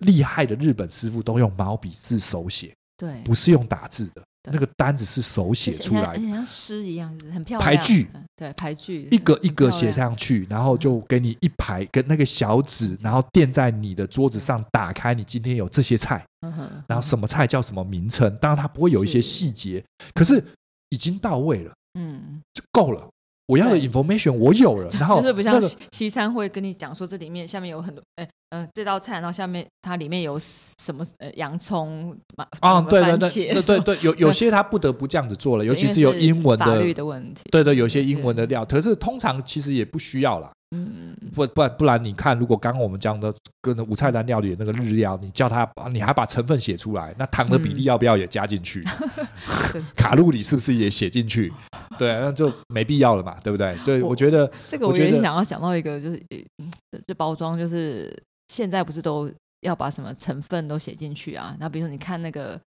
[SPEAKER 1] 厉害的日本师傅都用毛笔字手写，
[SPEAKER 2] 对
[SPEAKER 1] 不是用打字的。
[SPEAKER 2] 对
[SPEAKER 1] 那个单子是手写
[SPEAKER 2] 就是
[SPEAKER 1] 出
[SPEAKER 2] 很像
[SPEAKER 1] 来的，
[SPEAKER 2] 很像诗一样，就是很漂亮。
[SPEAKER 1] 排句
[SPEAKER 2] 嗯，对，排句
[SPEAKER 1] 一个一个写。
[SPEAKER 2] 很漂亮
[SPEAKER 1] 上去，然后就给你一排跟那个小纸，然后垫在你的桌子上，打开你今天有这些菜，
[SPEAKER 2] 嗯哼
[SPEAKER 1] 然后什么菜叫什么名称，当然它不会有一些
[SPEAKER 2] 嗯是
[SPEAKER 1] 细节，可是已经到位了，
[SPEAKER 2] 嗯，
[SPEAKER 1] 就够了。我要的
[SPEAKER 2] 对
[SPEAKER 1] information 我有了，然后
[SPEAKER 2] 就是不
[SPEAKER 1] 那
[SPEAKER 2] 像
[SPEAKER 1] 个
[SPEAKER 2] 西西餐会跟你讲说这里面下面有很多，哎呃，这道菜，然后下面它里面有什么呃洋葱嘛
[SPEAKER 1] 啊，
[SPEAKER 2] 什么
[SPEAKER 1] 对对
[SPEAKER 2] 番
[SPEAKER 1] 对
[SPEAKER 2] 茄
[SPEAKER 1] 对
[SPEAKER 2] 什
[SPEAKER 1] 对
[SPEAKER 2] 么
[SPEAKER 1] 对，有有些他不得不这样子做了，尤
[SPEAKER 2] 对
[SPEAKER 1] 其
[SPEAKER 2] 因为
[SPEAKER 1] 是有英文
[SPEAKER 2] 法
[SPEAKER 1] 的，
[SPEAKER 2] 律的问题，
[SPEAKER 1] 对对，有些英文的
[SPEAKER 2] 对
[SPEAKER 1] 料，可是通常其实也不需要啦。
[SPEAKER 2] 嗯，嗯
[SPEAKER 1] 不不然不然，你看，如果刚刚我们讲的跟无菜单料理的那个日料，你叫他，你还把成分写出来，那糖的比例
[SPEAKER 2] 嗯
[SPEAKER 1] 要不要也加进去？
[SPEAKER 2] 真的
[SPEAKER 1] 卡路里是不是也写进去？对，那就没必要了嘛，对不对？所以我觉得，
[SPEAKER 2] 这个
[SPEAKER 1] 我
[SPEAKER 2] 我
[SPEAKER 1] 觉
[SPEAKER 2] 也
[SPEAKER 1] 得
[SPEAKER 2] 想要讲到一个，就是嗯这这包装，就是现在不是都要把什么成分都写进去啊？那比如说你看那个，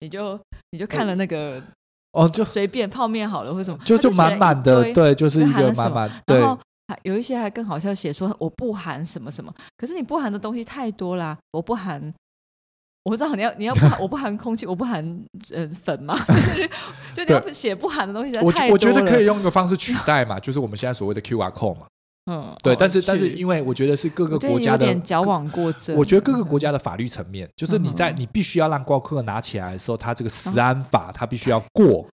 [SPEAKER 2] 你就你就看了那个
[SPEAKER 1] 哦，就
[SPEAKER 2] 随便泡面好了，或者什么，
[SPEAKER 1] 呃就
[SPEAKER 2] 它就
[SPEAKER 1] 就
[SPEAKER 2] 写了
[SPEAKER 1] 满满
[SPEAKER 2] 一
[SPEAKER 1] 的，
[SPEAKER 2] 堆，
[SPEAKER 1] 对，就是一
[SPEAKER 2] 含
[SPEAKER 1] 个
[SPEAKER 2] 了什
[SPEAKER 1] 满
[SPEAKER 2] 么
[SPEAKER 1] 满，对
[SPEAKER 2] 然后还有一些还更好笑，写说我不含什么什么，可是你不含的东西太多啦，我不含。我不知道你要你要不含我不含空气，我不含呃粉嘛， 就是就你要写不含的东西实在
[SPEAKER 1] 我
[SPEAKER 2] 太
[SPEAKER 1] 我觉
[SPEAKER 2] 多
[SPEAKER 1] 得可以
[SPEAKER 2] 了，
[SPEAKER 1] 用一个方式取代嘛，就是我们现在所谓的 QR code 嘛。
[SPEAKER 2] 嗯，
[SPEAKER 1] 对，
[SPEAKER 2] 好
[SPEAKER 1] 但是但是，
[SPEAKER 2] 去
[SPEAKER 1] 因为我觉得是各个
[SPEAKER 2] 我觉得
[SPEAKER 1] 国家
[SPEAKER 2] 有
[SPEAKER 1] 的
[SPEAKER 2] 点矫枉过正，
[SPEAKER 1] 我觉得各个国
[SPEAKER 2] 家。
[SPEAKER 1] 家的法律层面，就是你在
[SPEAKER 2] 嗯
[SPEAKER 1] 你必须要让顾客拿起来的时候，他这个食安法他必须要 过，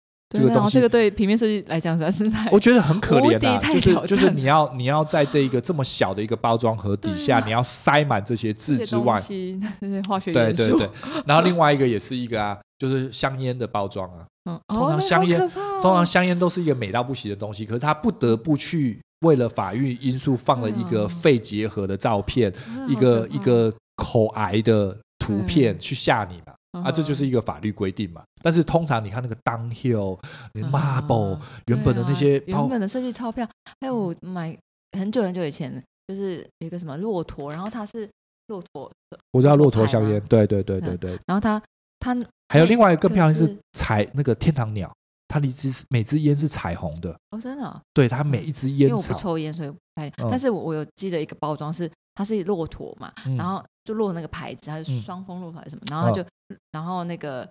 [SPEAKER 1] 这
[SPEAKER 2] 对
[SPEAKER 1] 个
[SPEAKER 2] 那
[SPEAKER 1] 东
[SPEAKER 2] 这
[SPEAKER 1] 西
[SPEAKER 2] 个对平面设计来讲实在是太
[SPEAKER 1] 我觉得很可
[SPEAKER 2] 哎无
[SPEAKER 1] 怜
[SPEAKER 2] 敌
[SPEAKER 1] 啊，
[SPEAKER 2] 太
[SPEAKER 1] 就是
[SPEAKER 2] 挑
[SPEAKER 1] 就是
[SPEAKER 2] 战
[SPEAKER 1] 你要你要在这一个这么小的一个包装盒底下，
[SPEAKER 2] 对啊
[SPEAKER 1] 你要塞满这些字
[SPEAKER 2] 这些
[SPEAKER 1] 之
[SPEAKER 2] 东
[SPEAKER 1] 外，
[SPEAKER 2] 西那些化学
[SPEAKER 1] 对
[SPEAKER 2] 元素，
[SPEAKER 1] 对对，然后另外一个也是一个啊，就是香烟的包装啊，
[SPEAKER 2] 嗯，
[SPEAKER 1] 通
[SPEAKER 2] 哦
[SPEAKER 1] 常香烟，
[SPEAKER 2] 那好可怕哦
[SPEAKER 1] 通常香烟都是一个美到不行的东西，可是他不得不去为了法律因素放了一
[SPEAKER 2] 对
[SPEAKER 1] 个
[SPEAKER 2] 啊
[SPEAKER 1] 肺结核的照片，
[SPEAKER 2] 那
[SPEAKER 1] 一
[SPEAKER 2] 嗯好
[SPEAKER 1] 个
[SPEAKER 2] 可怕
[SPEAKER 1] 一个口癌的图片
[SPEAKER 2] 对
[SPEAKER 1] 去吓你嘛。
[SPEAKER 2] 嗯
[SPEAKER 1] 啊，这就是一个法律规定嘛。但是通常你看那个 Downhill、
[SPEAKER 2] 嗯
[SPEAKER 1] Marble
[SPEAKER 2] 对
[SPEAKER 1] 原本的那
[SPEAKER 2] 啊
[SPEAKER 1] 些包嗯
[SPEAKER 2] 原本的设计钞票，还有我买很久很久以前的，就是有一个什么骆驼，然后它是骆驼，
[SPEAKER 1] 我知道骆驼香
[SPEAKER 2] 牌
[SPEAKER 1] 烟
[SPEAKER 2] 吗，
[SPEAKER 1] 对对对对对。
[SPEAKER 2] 然后它它
[SPEAKER 1] 还有
[SPEAKER 2] 那
[SPEAKER 1] 另外一个更
[SPEAKER 2] 个
[SPEAKER 1] 漂亮是
[SPEAKER 2] 是
[SPEAKER 1] 彩那个天堂鸟，它一只每只烟是彩虹的，
[SPEAKER 2] 哦真的哦、
[SPEAKER 1] 对，它每一只
[SPEAKER 2] 因为
[SPEAKER 1] 烟
[SPEAKER 2] 我不
[SPEAKER 1] 草，
[SPEAKER 2] 抽烟，所以我不太。
[SPEAKER 1] 嗯
[SPEAKER 2] 但是我我有记得一个包装是，它是骆驼嘛，
[SPEAKER 1] 嗯
[SPEAKER 2] 然后就骆驼那个牌子，它是
[SPEAKER 1] 嗯
[SPEAKER 2] 双峰骆驼还是什么，然后它就，然后那个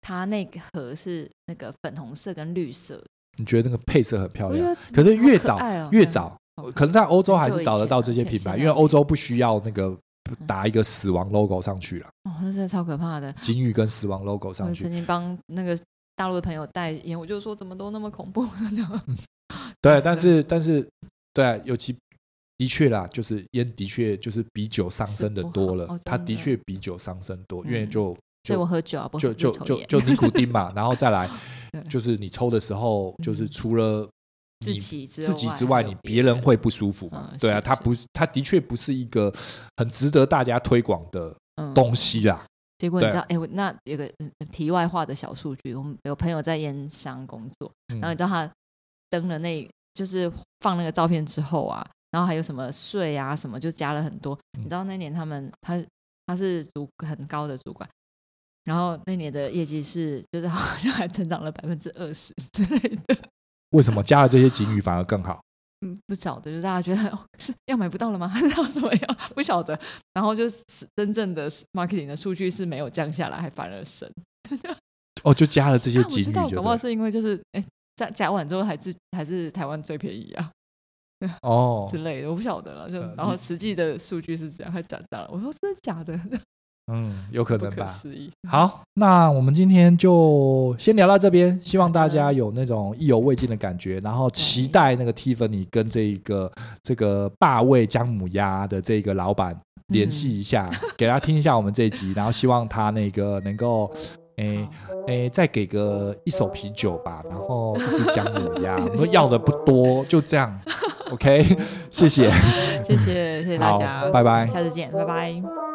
[SPEAKER 2] 它那个盒是那个粉红色跟绿色，
[SPEAKER 1] 你觉得那个配色很漂
[SPEAKER 2] 我觉
[SPEAKER 1] 亮？
[SPEAKER 2] 得
[SPEAKER 1] 哦可是越
[SPEAKER 2] 好可爱哦
[SPEAKER 1] 早越早
[SPEAKER 2] 嗯，
[SPEAKER 1] 可能在欧洲
[SPEAKER 2] 很
[SPEAKER 1] 还
[SPEAKER 2] 久
[SPEAKER 1] 是
[SPEAKER 2] 以
[SPEAKER 1] 找得
[SPEAKER 2] 前啊
[SPEAKER 1] 到
[SPEAKER 2] 了
[SPEAKER 1] 这些
[SPEAKER 2] 而且
[SPEAKER 1] 品
[SPEAKER 2] 现
[SPEAKER 1] 牌，
[SPEAKER 2] 在
[SPEAKER 1] 因为
[SPEAKER 2] 也
[SPEAKER 1] 欧洲不需要那个
[SPEAKER 2] 嗯
[SPEAKER 1] 打一个死亡 logo 上去了，
[SPEAKER 2] 哦，那真的超可怕的。
[SPEAKER 1] 金鱼跟死亡 logo 上
[SPEAKER 2] 我
[SPEAKER 1] 去
[SPEAKER 2] 曾。经帮那个大陆的朋友代言，我就说怎么都那么恐怖，
[SPEAKER 1] 嗯
[SPEAKER 2] 嗯
[SPEAKER 1] 对，但是但是，对啊，尤其的确啦，就是烟的确就是比酒上
[SPEAKER 2] 是
[SPEAKER 1] 升的
[SPEAKER 2] 不好
[SPEAKER 1] 多了，
[SPEAKER 2] 哦
[SPEAKER 1] 它
[SPEAKER 2] 真
[SPEAKER 1] 的
[SPEAKER 2] 的
[SPEAKER 1] 确比酒上升多，因为
[SPEAKER 2] 嗯
[SPEAKER 1] 就
[SPEAKER 2] 所以我
[SPEAKER 1] 就
[SPEAKER 2] 喝酒啊，不
[SPEAKER 1] 就就
[SPEAKER 2] 不抽
[SPEAKER 1] 就
[SPEAKER 2] 烟
[SPEAKER 1] 就尼古丁嘛，然后再来
[SPEAKER 2] 对
[SPEAKER 1] 就是你抽的时候，就是
[SPEAKER 2] 嗯
[SPEAKER 1] 除了
[SPEAKER 2] 自
[SPEAKER 1] 你
[SPEAKER 2] 己之
[SPEAKER 1] 自己之
[SPEAKER 2] 外
[SPEAKER 1] 外，
[SPEAKER 2] 还
[SPEAKER 1] 你
[SPEAKER 2] 有
[SPEAKER 1] 别人会不舒服嘛
[SPEAKER 2] 嗯？
[SPEAKER 1] 对啊，
[SPEAKER 2] 是
[SPEAKER 1] 它
[SPEAKER 2] 是
[SPEAKER 1] 不是，它的确不是一个很值得大家推广的
[SPEAKER 2] 嗯
[SPEAKER 1] 东西啦。
[SPEAKER 2] 结果你
[SPEAKER 1] 对
[SPEAKER 2] 知道，哎、我那有个嗯题外话的小数据，我们有朋友在烟商工作，然后你
[SPEAKER 1] 嗯
[SPEAKER 2] 知道他登了那，就是放那个照片之后啊，然后还有什么税啊什么，就加了很多。
[SPEAKER 1] 嗯
[SPEAKER 2] 你知道那年他们他他是主很高的主管，然后那年的业绩是就是好像还成长了百分之二十之类的，
[SPEAKER 1] 为什么加了这些警语反而更好？
[SPEAKER 2] 嗯， 不晓得，就大家觉得、哦、是要买不到了吗？ 还是要怎么样？不晓得。然后就是真正的 marketing 的数据是没有降下来，还反而升。
[SPEAKER 1] 哦，就加了这些
[SPEAKER 2] 啊，我
[SPEAKER 1] 警
[SPEAKER 2] 知
[SPEAKER 1] 语，
[SPEAKER 2] 道，
[SPEAKER 1] 就
[SPEAKER 2] 搞
[SPEAKER 1] 对
[SPEAKER 2] 不好
[SPEAKER 1] 了
[SPEAKER 2] 是因为就是哎，加加完之后还是还是台湾最便宜啊。
[SPEAKER 1] 哦，
[SPEAKER 2] 之类的，我不晓得了。就
[SPEAKER 1] 呃
[SPEAKER 2] 然后
[SPEAKER 1] 你
[SPEAKER 2] 实际的数据是这样，他讲到了，我说真的假的，
[SPEAKER 1] 嗯，有可
[SPEAKER 2] 不
[SPEAKER 1] 能
[SPEAKER 2] 可
[SPEAKER 1] 吧。
[SPEAKER 2] 思议。
[SPEAKER 1] 好，那我们今天就先聊到这边，希望大家有那种意犹未尽的感觉，然后期待那个 Tiffany 跟这一个这个霸味姜母鸭的这个老板联系一下，给他听一下我们这一集，然后希望他那个能够。诶诶，再给个一手啤酒吧，然后一只姜母鸭，我们要的不多，就这样。OK，谢谢。
[SPEAKER 2] 嗯谢谢谢谢大
[SPEAKER 1] 好
[SPEAKER 2] 家，
[SPEAKER 1] 拜拜
[SPEAKER 2] 下次见，拜拜。